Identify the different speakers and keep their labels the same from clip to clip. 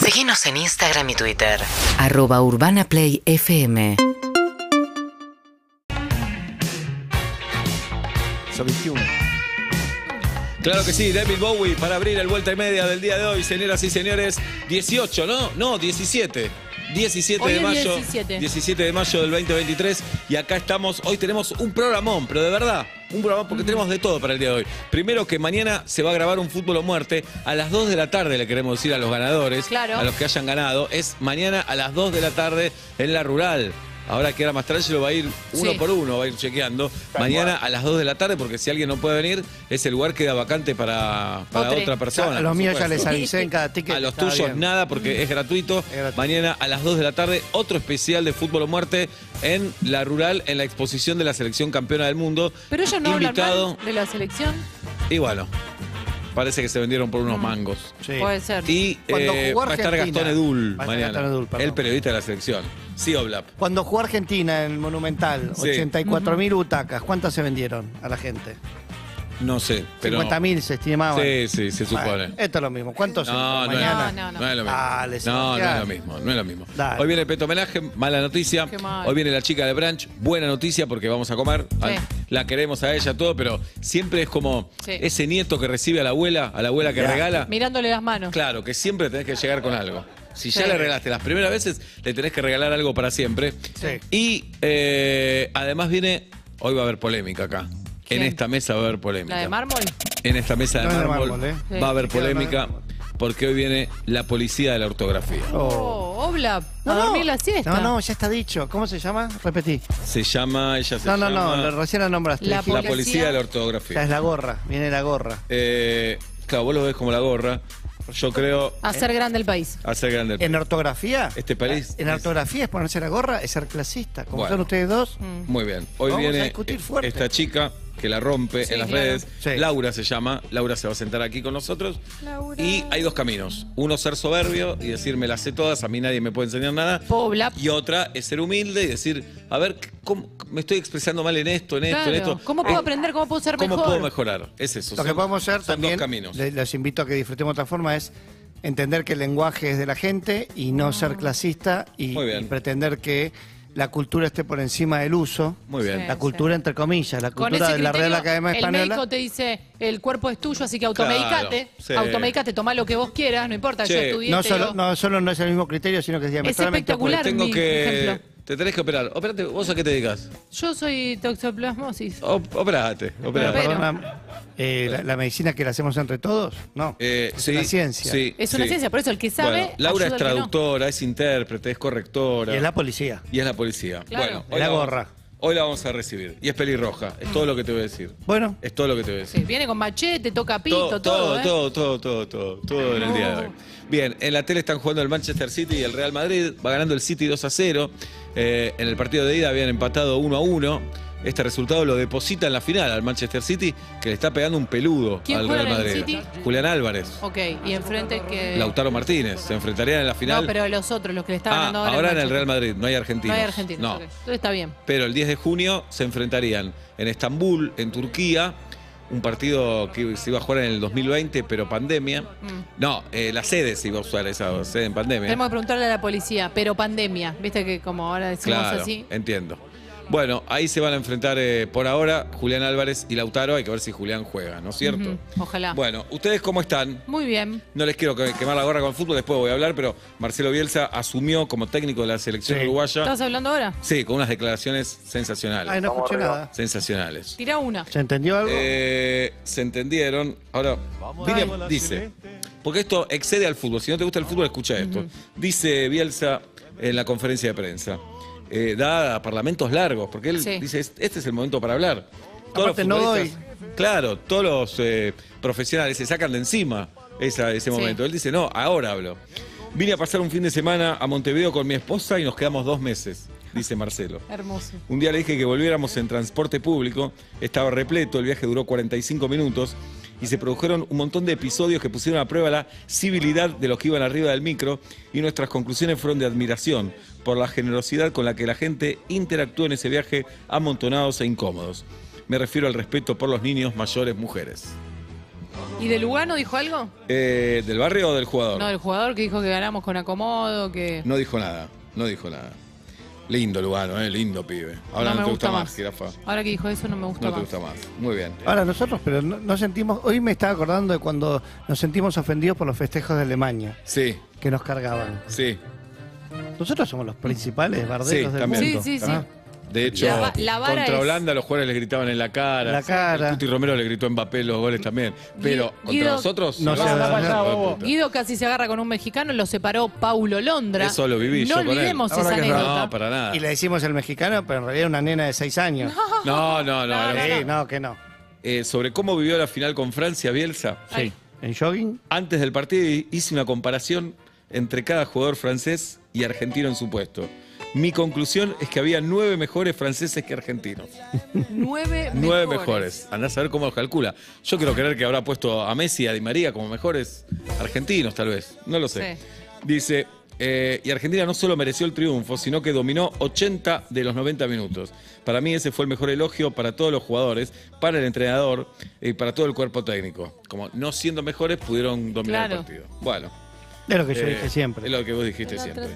Speaker 1: Seguinos en Instagram y Twitter.
Speaker 2: Arroba Urbana Play FM.
Speaker 3: Ah,
Speaker 4: Claro que sí, David Bowie para abrir el vuelta y media del día de hoy, señoras y señores. 18, ¿no? No, 17. 17
Speaker 5: Hoy
Speaker 4: de
Speaker 5: es
Speaker 4: mayo.
Speaker 5: 17.
Speaker 4: 17 de mayo del 2023. Y acá estamos. Hoy tenemos un programón, pero de verdad. Un programón porque tenemos de todo para el día de hoy. Primero que mañana se va a grabar un fútbol o muerte. A las 2 de la tarde le queremos decir a los ganadores,
Speaker 5: Claro.
Speaker 4: a los que hayan ganado. Es mañana a las 2 de la tarde en la rural. Ahora que era más tarde, se lo va a ir uno
Speaker 5: Sí.
Speaker 4: por uno, va a ir chequeando. Mañana a las 2 de la tarde, porque si alguien no puede venir, ese lugar queda vacante para, para
Speaker 5: Otra.
Speaker 4: otra persona.
Speaker 3: a los
Speaker 4: por
Speaker 3: míos ya les
Speaker 4: supuesto.
Speaker 3: avisé en cada ticket.
Speaker 4: A los
Speaker 3: está
Speaker 4: tuyos
Speaker 3: bien.
Speaker 4: nada
Speaker 5: Mm.
Speaker 4: porque es gratuito.
Speaker 3: gratuito.
Speaker 4: Mañana a las 2 de la tarde, otro especial de fútbol o muerte en la rural, en la exposición de la selección campeona del mundo.
Speaker 5: Pero ellos no
Speaker 4: Invitado.
Speaker 5: hablan mal de la selección.
Speaker 4: Y bueno, parece que se vendieron por unos
Speaker 5: Mm.
Speaker 4: mangos.
Speaker 3: Sí.
Speaker 5: Puede ser.
Speaker 4: Y
Speaker 3: Cuando
Speaker 4: eh,
Speaker 3: jugó
Speaker 4: va a estar
Speaker 3: Argentina.
Speaker 4: Gastón Edul
Speaker 3: Va a estar
Speaker 4: mañana.
Speaker 3: Gastón Edul, perdón.
Speaker 4: el periodista de la selección. Sí, Oblap.
Speaker 3: Cuando jugó Argentina en el Monumental,
Speaker 4: Sí.
Speaker 3: 84.000 butacas, ¿cuántas se vendieron a la gente?
Speaker 4: No sé, pero.
Speaker 3: 50.000 se estimaban.
Speaker 4: Sí, sí, se supone.
Speaker 3: ah, Bueno, esto es lo mismo. ¿Cuántos se
Speaker 4: No, no,
Speaker 3: vendieron
Speaker 4: es-
Speaker 3: mañana?
Speaker 4: no,
Speaker 5: No, no, no.
Speaker 4: es lo mismo.
Speaker 3: Dale,
Speaker 4: no, no es lo
Speaker 3: Sebastián.
Speaker 4: mismo, no es lo mismo.
Speaker 3: Dale.
Speaker 4: Hoy viene el peto homenaje, mala noticia.
Speaker 5: Qué mal.
Speaker 4: Hoy viene la chica de Branch, buena noticia porque vamos a comer. Ay, La queremos a ella todo, pero siempre es como
Speaker 5: Sí.
Speaker 4: ese nieto que recibe a la abuela, a la abuela que
Speaker 3: Mirá.
Speaker 4: regala.
Speaker 5: Mirándole las manos.
Speaker 4: Claro, que siempre tenés que llegar con algo. Si ya
Speaker 5: Sí.
Speaker 4: le regalaste las primeras veces, le tenés que regalar algo para siempre.
Speaker 3: Sí.
Speaker 4: Y eh, además viene, hoy va a haber polémica acá.
Speaker 5: ¿Quién?
Speaker 4: En esta mesa va a haber polémica
Speaker 5: La de mármol.
Speaker 4: en esta mesa de
Speaker 3: No es de
Speaker 4: mármol,
Speaker 3: mármol, ¿eh?
Speaker 4: va a haber
Speaker 3: Sí.
Speaker 4: polémica porque hoy viene la policía de la ortografía.
Speaker 3: Oh.
Speaker 5: Oh, Obla, a dormir la siesta.
Speaker 3: No, no, ya está dicho. ¿Cómo se llama? Repetí.
Speaker 4: Se llama, ella se
Speaker 3: No, no,
Speaker 4: llama
Speaker 3: no, lo- recién la nombraste.
Speaker 5: La
Speaker 3: dijiste.
Speaker 4: la policía de la
Speaker 3: Ya
Speaker 4: ortografía.
Speaker 3: es la gorra, viene la gorra.
Speaker 4: Eh, claro, vos lo ves como la gorra. Yo creo
Speaker 3: Eh.
Speaker 5: Hacer grande el país.
Speaker 4: hacer grande el
Speaker 3: ¿En ortografía?
Speaker 4: Este país
Speaker 3: En
Speaker 4: es-
Speaker 3: ortografía es ponerse la gorra, es ser clasista. Como
Speaker 4: Bueno.
Speaker 3: son ustedes dos,
Speaker 4: Muy bien. Hoy
Speaker 3: Vamos a
Speaker 4: viene
Speaker 3: discutir
Speaker 4: eh,
Speaker 3: fuerte.
Speaker 4: esta chica que la rompe
Speaker 5: Sí,
Speaker 4: en las
Speaker 5: claro.
Speaker 4: redes.
Speaker 3: Sí.
Speaker 4: Laura se llama. Laura se va a sentar aquí con nosotros.
Speaker 5: Laura.
Speaker 4: Y hay dos caminos. Uno ser soberbio y decir me las sé todas, a mí nadie me puede enseñar nada.
Speaker 5: Pobla.
Speaker 4: Y otra es ser humilde y decir, a ver, ¿cómo- me estoy expresando mal en esto, en esto, en
Speaker 5: Claro.
Speaker 4: esto.
Speaker 5: ¿Cómo puedo
Speaker 4: Eh,
Speaker 5: aprender? ¿Cómo puedo ser
Speaker 4: ¿Cómo
Speaker 5: mejor?
Speaker 4: puedo mejorar? Es eso.
Speaker 3: Lo que
Speaker 4: son-
Speaker 3: podemos hacer
Speaker 4: son
Speaker 3: también,
Speaker 4: dos caminos.
Speaker 3: le- los invito a que disfrutemos otra forma, es entender que el lenguaje es de la gente y no ser clasista y,
Speaker 4: Muy bien.
Speaker 3: y pretender que la cultura esté por encima del uso.
Speaker 4: Muy bien.
Speaker 3: La cultura, entre comillas, la
Speaker 5: Con
Speaker 3: cultura
Speaker 5: ese
Speaker 3: de la
Speaker 5: criterio,
Speaker 3: Real Academia
Speaker 5: el médico
Speaker 3: Española.
Speaker 5: te dice, el cuerpo es tuyo, así que automedicate.
Speaker 4: Claro, sí.
Speaker 5: Automedicate, toma lo que vos quieras, no importa,
Speaker 4: Sí.
Speaker 5: yo estudié.
Speaker 3: No
Speaker 5: te
Speaker 3: solo,
Speaker 5: digo,
Speaker 3: no solo no es el mismo criterio, sino que es diametralmente opuesto.
Speaker 5: espectacular.
Speaker 4: Tengo
Speaker 5: mi
Speaker 4: que.
Speaker 5: ejemplo.
Speaker 4: Te tenés que operar. Operate, ¿vos a qué te dedicas?
Speaker 5: Yo soy toxoplasmosis.
Speaker 4: Op- operate,
Speaker 5: Pero-
Speaker 4: operate.
Speaker 5: Pero-
Speaker 3: Perdona, eh, la, la medicina que la hacemos entre todos, no.
Speaker 4: Eh,
Speaker 3: es
Speaker 4: sí,
Speaker 3: una ciencia.
Speaker 4: sí,
Speaker 5: Es una
Speaker 4: sí.
Speaker 5: ciencia, por eso el que sabe,
Speaker 4: Bueno, Laura es
Speaker 5: ayuda al que no.
Speaker 4: traductora, es intérprete, es correctora.
Speaker 3: Y es la policía.
Speaker 4: y es la policía.
Speaker 5: Claro.
Speaker 4: Bueno,
Speaker 3: Es la
Speaker 4: vamos-
Speaker 3: gorra.
Speaker 4: hoy la vamos a recibir. Y es pelirroja. Es todo lo que te voy a decir.
Speaker 3: Bueno,
Speaker 4: Es todo lo que te voy a decir.
Speaker 5: Sí, viene con machete, toca pito, todo.
Speaker 4: todo,
Speaker 5: ¿eh?
Speaker 4: todo, todo, todo, todo, todo en el día de hoy. Bien, en la tele están jugando el Manchester City y el Real Madrid. Va ganando el City 2 a 0. Eh, en el partido de ida habían empatado 1 a 1. Este resultado lo deposita en la final al Manchester City, que le está pegando un peludo
Speaker 5: ¿Quién
Speaker 4: al
Speaker 5: juega
Speaker 4: Real
Speaker 5: en el
Speaker 4: Madrid.
Speaker 5: City?
Speaker 4: Julián Álvarez,
Speaker 5: Ok, y enfrente que.
Speaker 4: Lautaro Martínez. Se enfrentarían en la final.
Speaker 5: No, pero los otros, los que le estaban
Speaker 4: Ah,
Speaker 5: dando
Speaker 4: ahora,
Speaker 5: ahora.
Speaker 4: en el Real Madrid, no hay
Speaker 5: No
Speaker 4: argentinos.
Speaker 5: hay argentinos.
Speaker 4: No.
Speaker 5: ok. Entonces está bien.
Speaker 4: Pero el 10 de junio se enfrentarían en Estambul, en Turquía, un partido que se iba a jugar en el 2020, pero pandemia. No, eh, la sede se iba a usar esa sede en pandemia.
Speaker 5: Mm. Tenemos que preguntarle a la policía, pero pandemia. Viste que como ahora decimos
Speaker 4: Claro,
Speaker 5: así.
Speaker 4: entiendo. Bueno, ahí se van a enfrentar eh, por ahora Julián Álvarez y Lautaro. Hay que ver si Julián juega, ¿no es cierto?
Speaker 5: Ujú, Ojalá.
Speaker 4: Bueno, ¿ustedes cómo están?
Speaker 5: Muy bien.
Speaker 4: No les quiero que- quemar la gorra con el fútbol, después voy a hablar, pero Marcelo Bielsa asumió como técnico de la selección
Speaker 3: Sí.
Speaker 4: uruguaya.
Speaker 5: ¿Estás hablando ahora?
Speaker 4: Sí, con unas declaraciones sensacionales.
Speaker 3: ay, no escuché nada.
Speaker 4: Sensacionales.
Speaker 5: Tira una.
Speaker 3: ¿Se entendió algo?
Speaker 4: Eh, se entendieron. Ahora, Miriam dice, porque esto excede al fútbol. Si no te gusta el fútbol, escucha esto. Dice Bielsa en la conferencia de prensa. eh, da a parlamentos largos, porque él
Speaker 5: Sí.
Speaker 4: dice, "Es- este es el momento para hablar.
Speaker 3: Aparte, no
Speaker 4: futbolistas- Claro, todos los eh, profesionales se sacan de encima esa- ese
Speaker 5: Sí.
Speaker 4: momento. Él dice, no, ahora hablo. Vine a pasar un fin de semana a Montevideo con mi esposa y nos quedamos dos meses, dice Marcelo.
Speaker 5: Hermoso.
Speaker 4: Un día le dije que volviéramos en transporte público, estaba repleto, el viaje duró 45 minutos y se produjeron un montón de episodios que pusieron a prueba la civilidad de los que iban arriba del micro y nuestras conclusiones fueron de admiración por la generosidad con la que la gente interactuó en ese viaje amontonados e incómodos. Me refiero al respeto por los niños, mayores, mujeres.
Speaker 5: ¿Y de Lugano dijo algo?
Speaker 4: Eh, ¿Del barrio o del jugador?
Speaker 5: No, el jugador que dijo que ganamos con acomodo, que...
Speaker 4: No dijo nada, no dijo nada. Lindo Lugano, eh, lindo pibe. Ahora no,
Speaker 5: me
Speaker 4: te gusta, más, jirafa.
Speaker 5: Ahora que dijo eso no me gusta
Speaker 4: No
Speaker 5: más.
Speaker 4: te gusta más. Muy bien.
Speaker 3: Ahora nosotros, pero no, no sentimos, hoy me estaba acordando de cuando nos sentimos ofendidos por los festejos de Alemania,
Speaker 4: Sí,
Speaker 3: que nos cargaban.
Speaker 4: sí,
Speaker 3: Nosotros somos los principales
Speaker 4: sí,
Speaker 3: barderos del
Speaker 4: también.
Speaker 3: mundo.
Speaker 5: Sí, sí, sí.
Speaker 4: Ah. De hecho,
Speaker 5: La va- la vara
Speaker 4: contra
Speaker 5: es-
Speaker 4: Holanda los jugadores les gritaban en la cara.
Speaker 3: La cara.
Speaker 4: El Tuti Romero le gritó a Mbappé los goles también. Pero
Speaker 5: Guido-
Speaker 4: contra
Speaker 5: Guido-
Speaker 4: nosotros...
Speaker 3: No se da.
Speaker 4: la
Speaker 3: Anda
Speaker 6: para allá, bobo.
Speaker 5: Guido casi se agarra con un mexicano, lo separó Paulo Londra.
Speaker 4: Eso lo viví
Speaker 5: no
Speaker 4: yo con él.
Speaker 5: olvidemos
Speaker 3: La verdad
Speaker 5: esa
Speaker 3: que no.
Speaker 5: anécdota.
Speaker 4: No, para nada.
Speaker 3: Y le decimos el mexicano, pero en realidad era una nena de seis años.
Speaker 4: No, no, no. era-
Speaker 3: sí, no, que no.
Speaker 4: Eh, sobre cómo vivió la final con Francia, Bielsa.
Speaker 5: Ay.
Speaker 3: En jogging,
Speaker 4: Antes del partido hice una comparación entre cada jugador francés y argentino en su puesto. Mi conclusión es que había nueve mejores franceses que argentinos.
Speaker 5: Nueve,
Speaker 4: Nueve mejores. Andá a saber cómo los calcula. Yo quiero creer que habrá puesto a Messi y a Di María como mejores argentinos, tal vez. No lo sé.
Speaker 5: Sí.
Speaker 4: Dice, eh, y Argentina no solo mereció el triunfo, sino que dominó 80 de los 90 minutos. Para mí ese fue el mejor elogio para todos los jugadores, para el entrenador y para todo el cuerpo técnico. Como no siendo mejores, pudieron dominar el
Speaker 5: Claro.
Speaker 4: partido. Bueno.
Speaker 3: es lo que yo
Speaker 4: eh,
Speaker 3: dije
Speaker 4: Es
Speaker 3: siempre.
Speaker 4: lo que vos dijiste siempre.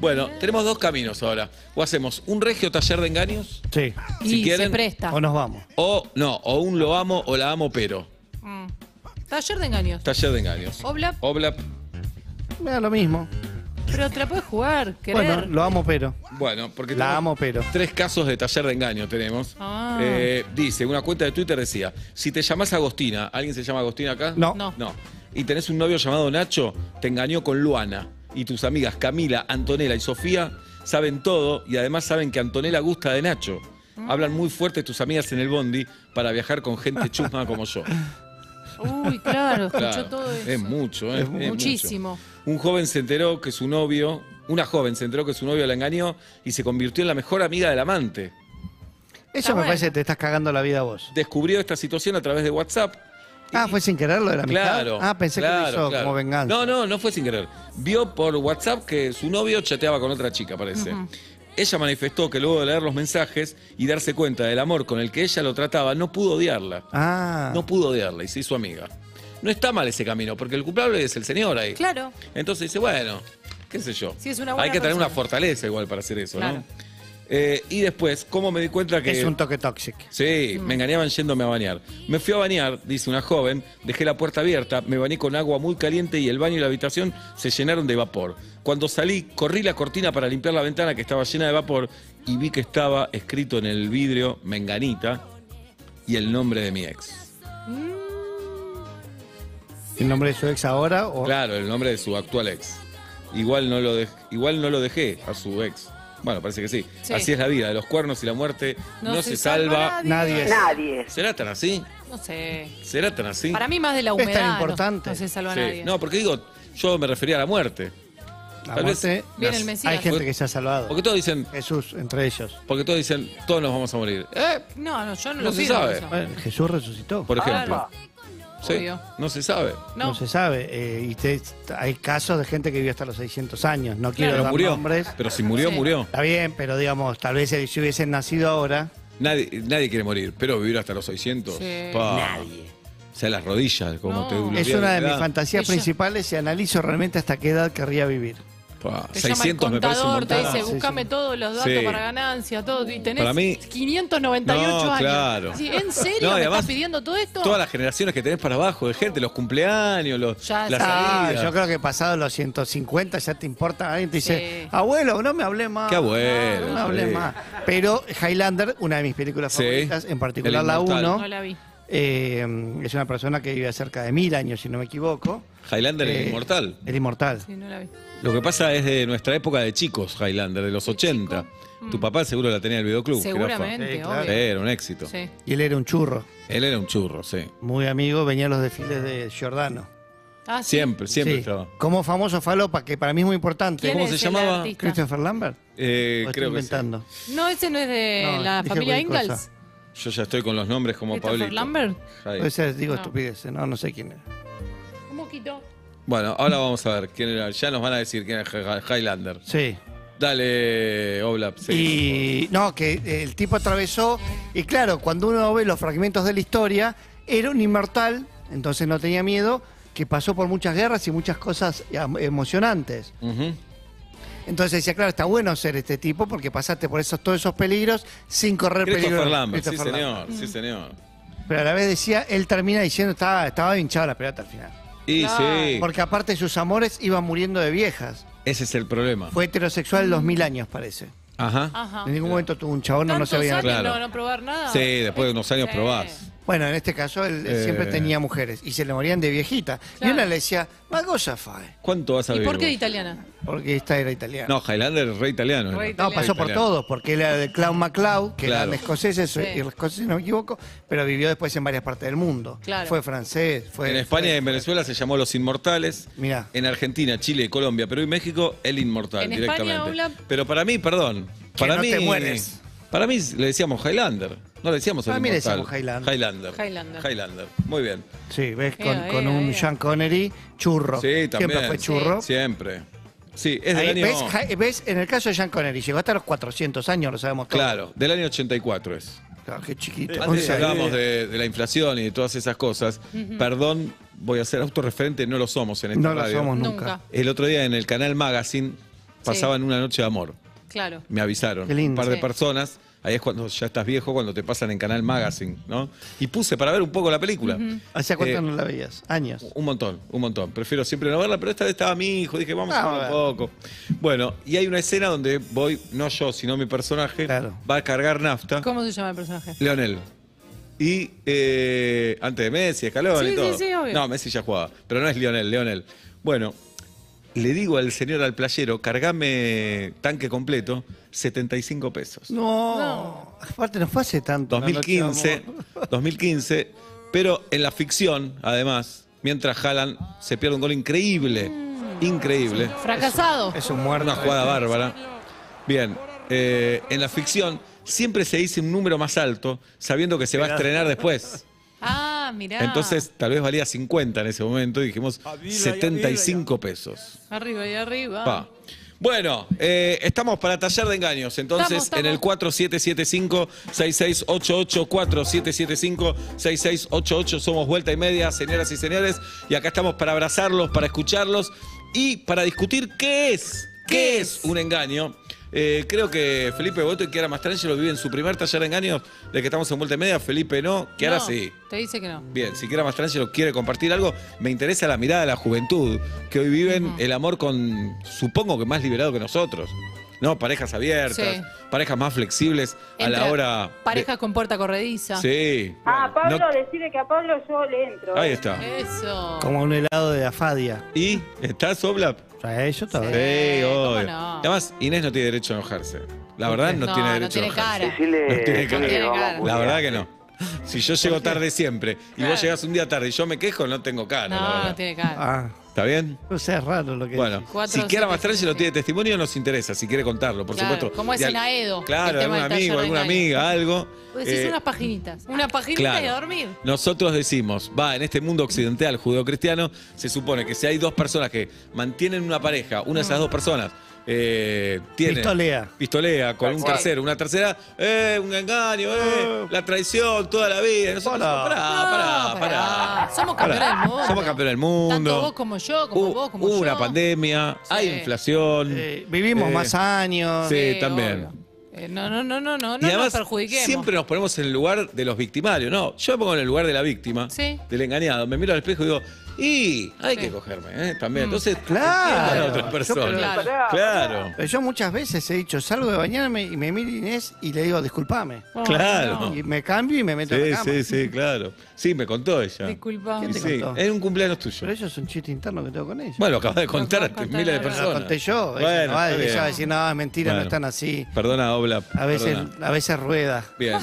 Speaker 4: Bueno, tenemos dos caminos ahora. O hacemos un regio taller de engaños,
Speaker 3: Sí.
Speaker 5: Y
Speaker 4: Si quieren-
Speaker 5: se presta.
Speaker 3: O nos vamos.
Speaker 4: o no, o un lo amo o la amo pero.
Speaker 5: Mm. Taller de engaños.
Speaker 4: Taller de engaños.
Speaker 5: Oblap,
Speaker 4: Oblap.
Speaker 3: Me da lo mismo.
Speaker 5: pero te la puedes jugar, querer.
Speaker 3: Bueno, lo amo pero.
Speaker 4: Bueno, porque
Speaker 3: La
Speaker 4: tenemos-
Speaker 3: amo pero.
Speaker 4: Tres casos de taller de engaño tenemos.
Speaker 5: Ah.
Speaker 4: Eh, dice, una cuenta de Twitter decía, si te llamás Agostina, ¿alguien se llama Agostina acá?
Speaker 3: No.
Speaker 5: No.
Speaker 4: No. Y tenés un novio llamado Nacho, te engañó con Luana. Y tus amigas Camila, Antonella y Sofía saben todo y además saben que Antonella gusta de Nacho.
Speaker 3: Ah.
Speaker 4: Hablan muy fuerte tus amigas en el bondi para viajar con gente chusma como yo.
Speaker 5: Uy, claro, escuchó
Speaker 4: Claro,
Speaker 5: todo eso.
Speaker 4: Es mucho, ¿eh?
Speaker 3: Es
Speaker 4: mucho.
Speaker 5: muchísimo.
Speaker 4: Un joven se enteró que su novio, una joven se enteró que su novio la engañó y se convirtió en la mejor amiga del amante.
Speaker 3: Eso me
Speaker 5: Ah, bueno.
Speaker 3: parece que te estás cagando la vida vos.
Speaker 4: descubrió esta situación a través de WhatsApp.
Speaker 3: Ah, fue sin querer lo de la amistad.
Speaker 4: Claro.
Speaker 3: Ah, pensé que
Speaker 4: claro,
Speaker 3: lo hizo
Speaker 4: claro.
Speaker 3: como venganza.
Speaker 4: No, no, no fue sin querer. Vio por WhatsApp que su novio chateaba con otra chica, parece. Ella manifestó que luego de leer los mensajes y darse cuenta del amor con el que ella lo trataba, no pudo odiarla.
Speaker 3: Ah.
Speaker 4: No pudo odiarla y se hizo amiga. No está mal ese camino, porque el culpable es el señor ahí.
Speaker 5: Claro.
Speaker 4: Entonces dice, bueno, qué sé yo.
Speaker 5: Sí, es una
Speaker 4: Hay
Speaker 5: buena
Speaker 4: que tener
Speaker 5: persona.
Speaker 4: una fortaleza igual para hacer eso, ¿no?
Speaker 5: Claro.
Speaker 4: Eh, y después, ¿cómo me di cuenta que...
Speaker 3: Es un toque tóxico.
Speaker 4: Sí, me engañaban yéndome a bañar. Me fui a bañar, dice una joven, dejé la puerta abierta, me bañé con agua muy caliente y el baño y la habitación se llenaron de vapor. Cuando salí, corrí la cortina para limpiar la ventana que estaba llena de vapor y vi que estaba escrito en el vidrio Menganita y el nombre de mi ex.
Speaker 3: ¿El nombre de su ex ahora o
Speaker 4: Claro, el nombre de su actual ex. Igual no lo, dej- igual no lo dejé a su ex. Bueno, parece que sí.
Speaker 5: Sí.
Speaker 4: Así es la vida, de los cuernos y la muerte no, se, salva.
Speaker 3: nadie? es-
Speaker 4: ¿Será tan así?
Speaker 5: No sé.
Speaker 4: ¿Será tan así?
Speaker 5: Para mí más de la
Speaker 3: Es tan
Speaker 5: humedad. no-
Speaker 3: importante.
Speaker 5: No, se salva a
Speaker 4: Sí.
Speaker 5: nadie.
Speaker 4: No, porque digo, yo me refería a la muerte.
Speaker 3: La
Speaker 4: Tal vez-
Speaker 3: muerte,
Speaker 5: Viene el
Speaker 4: Nas-
Speaker 5: Mesías.
Speaker 3: Hay gente que se ha salvado.
Speaker 4: Porque todos dicen,
Speaker 3: Jesús, entre ellos.
Speaker 4: porque todos dicen, todos nos vamos a morir.
Speaker 5: Ah,
Speaker 4: Eh,
Speaker 5: No, no, yo no,
Speaker 4: No
Speaker 5: lo
Speaker 4: se
Speaker 5: firmo
Speaker 4: sabe.
Speaker 5: eso.
Speaker 3: Bueno, Jesús resucitó.
Speaker 4: por ejemplo. Sí,
Speaker 5: Obvio.
Speaker 4: no se sabe.
Speaker 3: No.
Speaker 5: No,
Speaker 3: se sabe. eh, y te- hay casos de gente que vivió hasta los 600 años. No quiero
Speaker 4: Pero
Speaker 3: dar
Speaker 4: murió.
Speaker 3: nombres.
Speaker 4: Pero si murió,
Speaker 5: Sí.
Speaker 4: murió.
Speaker 3: Está bien, pero digamos, tal vez si hubiesen nacido ahora,
Speaker 4: Nadie, nadie quiere morir, pero vivir hasta los 600.
Speaker 5: Sí.
Speaker 4: Nadie. O sea, las rodillas, como
Speaker 5: No.
Speaker 4: te
Speaker 5: Lo
Speaker 3: es
Speaker 4: gloria
Speaker 3: una de
Speaker 4: la
Speaker 3: mis
Speaker 4: edad.
Speaker 3: fantasías
Speaker 5: Ella-
Speaker 3: principales y analizo realmente hasta qué edad querría vivir.
Speaker 4: Pa,
Speaker 5: te llama el
Speaker 4: 600 me parece un
Speaker 5: contador, te
Speaker 4: montón.
Speaker 5: dice,
Speaker 3: Sí, sí.
Speaker 5: buscame todos los datos
Speaker 4: Sí.
Speaker 5: para ganancia, todo. Y tenés
Speaker 4: Para mí-
Speaker 5: 598
Speaker 4: No,
Speaker 5: años.
Speaker 4: claro.
Speaker 5: Sí, ¿En serio
Speaker 4: No, y
Speaker 5: me
Speaker 4: además,
Speaker 5: estás pidiendo todo esto?
Speaker 4: Todas las generaciones que tenés para abajo de gente, los cumpleaños, los,
Speaker 5: Ya
Speaker 4: las
Speaker 3: Ah,
Speaker 4: salidas.
Speaker 3: yo creo que pasado los 150 ya te importa. Alguien te dice,
Speaker 5: Sí.
Speaker 3: abuelo, no me hablé más.
Speaker 4: Qué abuelo.
Speaker 3: No, no me hablé
Speaker 4: sí.
Speaker 3: más. Pero Highlander, una de mis películas
Speaker 4: eh, Sí.
Speaker 3: favoritas, en particular
Speaker 4: El
Speaker 3: la
Speaker 4: Inmortal.
Speaker 3: 1,
Speaker 5: no la vi.
Speaker 3: eh, es una persona que vive cerca de mil años, si no me equivoco.
Speaker 4: Highlander el
Speaker 3: Eh,
Speaker 4: inmortal.
Speaker 3: El inmortal.
Speaker 5: Sí, no la
Speaker 4: Uh,
Speaker 5: vi.
Speaker 4: Lo que pasa es de nuestra época de chicos, Highlander, de los 80. Tu papá seguro la tenía en el videoclub. jirafa.
Speaker 5: Mm. Seguramente,
Speaker 3: Sí, claro.
Speaker 4: Sí,
Speaker 5: obvio.
Speaker 4: Era un éxito.
Speaker 5: Sí.
Speaker 3: Y él era un churro.
Speaker 4: Él era un churro, sí.
Speaker 3: Muy amigo, venía a los desfiles de Giordano.
Speaker 5: Ah, sí.
Speaker 4: Siempre, siempre
Speaker 3: Sí.
Speaker 4: estaba.
Speaker 3: Como famoso falopa, que para mí es muy importante.
Speaker 5: ¿Quién
Speaker 4: ¿Cómo
Speaker 5: es
Speaker 4: se
Speaker 5: el
Speaker 4: llamaba?
Speaker 5: artista?
Speaker 3: Christopher Lambert.
Speaker 4: Eh,
Speaker 3: ¿O estoy
Speaker 4: creo que sí.
Speaker 3: inventando.
Speaker 5: No, ese no es de
Speaker 3: No,
Speaker 5: la
Speaker 3: dije
Speaker 5: familia
Speaker 3: cualquier
Speaker 5: Ingalls.
Speaker 3: cosa.
Speaker 4: Yo ya estoy con los nombres como
Speaker 5: ¿Christopher
Speaker 4: Pablito.
Speaker 5: Lambert?
Speaker 4: Ahí.
Speaker 3: Puede ser, digo
Speaker 5: No.
Speaker 3: estupideces, no, no sé quién era.
Speaker 5: Un poquito.
Speaker 4: Bueno, ahora vamos a ver quién era. Ya nos van a decir quién era Hi- Hi- Highlander.
Speaker 3: Sí.
Speaker 4: Dale, Oblap. Sí.
Speaker 3: Y no, que el tipo atravesó, y claro, cuando uno ve los fragmentos de la historia, era un inmortal Entonces no tenía miedo, que pasó por muchas guerras y muchas cosas am- emocionantes.
Speaker 4: Ujú.
Speaker 3: Entonces decía, claro, está bueno ser este tipo porque pasaste por esos, todos esos peligros sin correr peligro.
Speaker 4: Christopher Lambert, sí
Speaker 3: Christopher Lambert. Mm.
Speaker 4: señor, sí señor.
Speaker 3: Pero a la vez decía, él termina diciendo, estaba, estaba hinchado la pelota al final.
Speaker 4: Y
Speaker 5: Claro.
Speaker 4: sí,
Speaker 3: Porque aparte sus amores iban muriendo de viejas.
Speaker 4: ese es el problema.
Speaker 3: Fue heterosexual dos mil años, parece.
Speaker 4: Ajá.
Speaker 5: Ajá.
Speaker 3: En ningún momento tuvo un chabón, no, no se
Speaker 5: ¿Tantos
Speaker 3: veía
Speaker 5: años
Speaker 4: Claro.
Speaker 5: no, no probar nada?
Speaker 4: Sí, después de unos años
Speaker 5: Sí.
Speaker 4: probás.
Speaker 3: Bueno, en este caso él él
Speaker 4: Eh.
Speaker 3: siempre tenía mujeres y se le morían de viejita. Y
Speaker 5: Claro.
Speaker 3: una le decía, ma cosa fai?
Speaker 4: ¿Cuánto vas a
Speaker 5: ¿Y
Speaker 4: ver?
Speaker 5: por qué de
Speaker 4: vos?
Speaker 5: italiana?
Speaker 3: Porque esta era italiana.
Speaker 4: No, Highlander es re italiano.
Speaker 5: Re
Speaker 4: era.
Speaker 5: italiano.
Speaker 3: No, pasó por
Speaker 4: Italiano.
Speaker 3: todos, porque él era de Clown MacLeod, que
Speaker 4: Claro.
Speaker 3: eran escoceses,
Speaker 5: Sí.
Speaker 3: y los escoceses no me equivoco, pero vivió después en varias partes del mundo.
Speaker 5: Claro.
Speaker 3: Fue francés, fue...
Speaker 4: En España y
Speaker 3: eh, fue-
Speaker 4: en Venezuela se llamó Los Inmortales.
Speaker 3: Mirá.
Speaker 4: En Argentina, Chile, Colombia, Perú y México, El Inmortal
Speaker 5: En España
Speaker 4: directamente.
Speaker 5: habla-
Speaker 4: Pero para mí, perdón.
Speaker 3: Que
Speaker 4: Para
Speaker 3: no
Speaker 4: mí.
Speaker 3: te mueres.
Speaker 4: Para mí le decíamos Highlander. No le decíamos El
Speaker 3: Para mí le
Speaker 4: Inmortal.
Speaker 3: decíamos Highlander.
Speaker 4: Highlander.
Speaker 5: Highlander.
Speaker 4: Highlander. Muy bien.
Speaker 3: Sí, ves, con,
Speaker 5: Ea,
Speaker 3: con
Speaker 5: ea,
Speaker 3: un
Speaker 5: ea.
Speaker 3: Sean Connery, churro.
Speaker 4: Sí, también.
Speaker 3: Siempre fue churro.
Speaker 4: Siempre. Sí, es del
Speaker 3: Ahí,
Speaker 4: año.
Speaker 3: ¿ves? Ja- ¿ves? En el caso de Sean Connery, llegó hasta los 400 años, lo sabemos todos.
Speaker 4: Claro, del año 84 es.
Speaker 3: Claro, qué chiquito.
Speaker 4: Antes
Speaker 3: 11 años.
Speaker 4: hablábamos de, de la inflación y de todas esas cosas. Perdón, voy a ser autorreferente, no lo somos en esta
Speaker 3: No lo
Speaker 4: radio.
Speaker 3: somos nunca.
Speaker 5: Nunca.
Speaker 4: El otro día en el canal Magazine pasaban una noche de amor.
Speaker 5: Claro.
Speaker 4: Me avisaron.
Speaker 3: Qué lindo.
Speaker 4: Un par de
Speaker 5: Sí.
Speaker 4: personas. Ahí es cuando ya estás viejo, cuando te pasan en Canal Magazine, ¿no? Y puse para ver un poco la película.
Speaker 3: ¿Hacía cuánto
Speaker 4: Eh,
Speaker 3: no la veías? Años.
Speaker 4: Un montón, un montón. Prefiero siempre no verla, pero esta vez estaba mi hijo. Dije, vamos
Speaker 3: Vamos
Speaker 4: a ver
Speaker 3: a
Speaker 4: un poco. Bueno, y hay una escena donde voy, no yo, sino mi personaje,
Speaker 3: Claro.
Speaker 4: va a cargar nafta.
Speaker 5: ¿Cómo se llama el personaje?
Speaker 4: Leonel. Y eh, antes de Messi, Escalón
Speaker 5: Sí,
Speaker 4: y todo.
Speaker 5: sí, sí, obvio.
Speaker 4: No, Messi ya jugaba, pero no es Leonel, Leonel. Bueno, le digo al señor al playero, cargame tanque completo, 75 pesos.
Speaker 3: No. Aparte, no fue hace tanto. una noche de
Speaker 4: 2015,
Speaker 3: amor.
Speaker 4: 2015, pero en la ficción, además, mientras Haaland se pierde un gol increíble,
Speaker 5: Mm.
Speaker 4: increíble.
Speaker 5: Fracasado.
Speaker 3: Es un muerto.
Speaker 4: Una jugada bárbara. Bien, eh, en la ficción siempre se dice un número más alto, sabiendo que se va a estrenar después.
Speaker 5: Ah, mirá.
Speaker 4: Entonces, tal vez valía 50 en ese momento, y dijimos 75 pesos.
Speaker 5: Arriba y arriba.
Speaker 4: Pa. Bueno, eh, estamos para taller de engaños. Entonces,
Speaker 5: Estamos, estamos.
Speaker 4: en el 4775-6688, 4775-6688, somos vuelta y media, señoras y señores. Y acá estamos para abrazarlos, para escucharlos y para discutir qué es, qué
Speaker 5: ¿Qué
Speaker 4: es
Speaker 5: es?
Speaker 4: un engaño. Eh, creo que Felipe Boto y Kiara Mastrangelo viven su primer taller de engaños de que estamos en vuelta y media. Felipe no, Kiara
Speaker 5: No,
Speaker 4: sí.
Speaker 5: Te dice que no.
Speaker 4: Bien, si Kiara Mastrangelo quiere compartir algo, me interesa la mirada de la juventud, que hoy viven el amor con, supongo que más liberado que nosotros. ¿No? Parejas abiertas,
Speaker 5: Sí.
Speaker 4: parejas más flexibles a la
Speaker 5: Entra
Speaker 4: hora. de-
Speaker 5: Pareja con puerta corrediza.
Speaker 4: Sí.
Speaker 6: Ah, Pablo,
Speaker 4: No-
Speaker 6: decirle que a Pablo yo le entro.
Speaker 4: Ahí
Speaker 6: ¿eh?
Speaker 4: está.
Speaker 5: Eso.
Speaker 3: Como un helado de afadia.
Speaker 4: ¿Y? ¿Estás, Oblap?
Speaker 3: O sea, eso
Speaker 4: Sí,
Speaker 3: todavía.
Speaker 5: ¿cómo
Speaker 4: obvio.
Speaker 5: no?
Speaker 4: Además, Inés no tiene derecho a enojarse. La verdad, no,
Speaker 5: No,
Speaker 4: tiene
Speaker 5: no
Speaker 4: derecho
Speaker 5: tiene
Speaker 4: a enojarse.
Speaker 5: cara.
Speaker 4: No tiene cara.
Speaker 5: tiene cara.
Speaker 4: La verdad que no. Si yo llego tarde siempre y vos
Speaker 5: Claro.
Speaker 4: llegás un día tarde y yo me quejo, no tengo cara. la
Speaker 5: No,
Speaker 4: verdad.
Speaker 5: no tiene cara.
Speaker 3: Ah,
Speaker 4: ¿Está bien?
Speaker 3: no sea es raro lo que
Speaker 4: Bueno,
Speaker 3: decís.
Speaker 5: Cuatro,
Speaker 4: si Kiara
Speaker 5: siete,
Speaker 4: Mastrangelo
Speaker 5: siete.
Speaker 4: tiene testimonio, nos interesa, si quiere contarlo, por
Speaker 5: Claro,
Speaker 4: supuesto.
Speaker 5: como es
Speaker 4: Y al-
Speaker 5: en Aedo,
Speaker 4: Claro,
Speaker 5: el tema
Speaker 4: algún
Speaker 5: del taller
Speaker 4: amigo,
Speaker 5: de
Speaker 4: alguna
Speaker 5: engaño.
Speaker 4: amiga, algo.
Speaker 3: pues
Speaker 5: Vos decís
Speaker 4: Eh,
Speaker 5: unas paginitas. Una paginita
Speaker 4: claro.
Speaker 5: y a dormir.
Speaker 4: Nosotros decimos, va, en este mundo occidental judeocristiano, se supone que si hay dos personas que mantienen una pareja, una de
Speaker 5: Mm.
Speaker 4: esas dos personas eh, tiene.
Speaker 3: Pistolea.
Speaker 4: Pistolea con un tercero, una tercera, eh, un engaño, eh, la traición toda la vida. Y Nosotros,
Speaker 3: Pará.
Speaker 4: pará, pará,
Speaker 5: No,
Speaker 4: pará.
Speaker 5: Somos
Speaker 4: Pará.
Speaker 5: campeones del mundo.
Speaker 4: Somos campeones del mundo.
Speaker 5: Tanto vos como yo, como
Speaker 4: Hubo-
Speaker 5: vos, como
Speaker 4: hubo
Speaker 5: yo.
Speaker 4: una pandemia,
Speaker 5: Sí.
Speaker 4: hay inflación.
Speaker 3: Eh, vivimos
Speaker 4: Eh,
Speaker 3: más años.
Speaker 4: sí. también.
Speaker 5: obvio. Eh, no, no, no, no, no,
Speaker 4: Y
Speaker 5: no
Speaker 4: además,
Speaker 5: nos perjudiquemos.
Speaker 4: siempre nos ponemos en el lugar de los victimarios. No, yo me pongo en el lugar de la víctima,
Speaker 5: Sí.
Speaker 4: del engañado. Me miro al espejo y digo, ¡y! Hay
Speaker 5: Sí.
Speaker 4: que cogerme, ¿eh? También. Entonces,
Speaker 3: Claro.
Speaker 4: entiendan a otras
Speaker 3: Yo
Speaker 4: personas.
Speaker 5: creo-
Speaker 4: Claro. Claro.
Speaker 3: Pero yo muchas veces he dicho, salgo de bañarme y me mira Inés y le digo, disculpame.
Speaker 5: Oh,
Speaker 4: claro.
Speaker 5: no.
Speaker 3: Y me cambio y me meto en
Speaker 4: Sí,
Speaker 3: la cama.
Speaker 4: sí, sí, claro. Sí, me contó ella.
Speaker 5: Disculpame.
Speaker 4: Y
Speaker 3: ¿Quién te
Speaker 4: Sí,
Speaker 3: contó?
Speaker 4: en un cumpleaños tuyo.
Speaker 3: Pero eso es un chiste interno que tengo con ella.
Speaker 4: Bueno, acabas de
Speaker 5: Lo
Speaker 4: contar a
Speaker 5: acabas de
Speaker 4: miles de
Speaker 5: contar,
Speaker 3: Pero lo
Speaker 4: personas.
Speaker 3: conté yo. Ella,
Speaker 4: Bueno,
Speaker 3: no va,
Speaker 4: está
Speaker 3: ella
Speaker 4: bien.
Speaker 3: va a decir, no, es mentira,
Speaker 4: Bueno.
Speaker 3: no están así.
Speaker 4: Perdona, Obla.
Speaker 3: A veces,
Speaker 4: perdona.
Speaker 3: a veces rueda.
Speaker 4: Bien.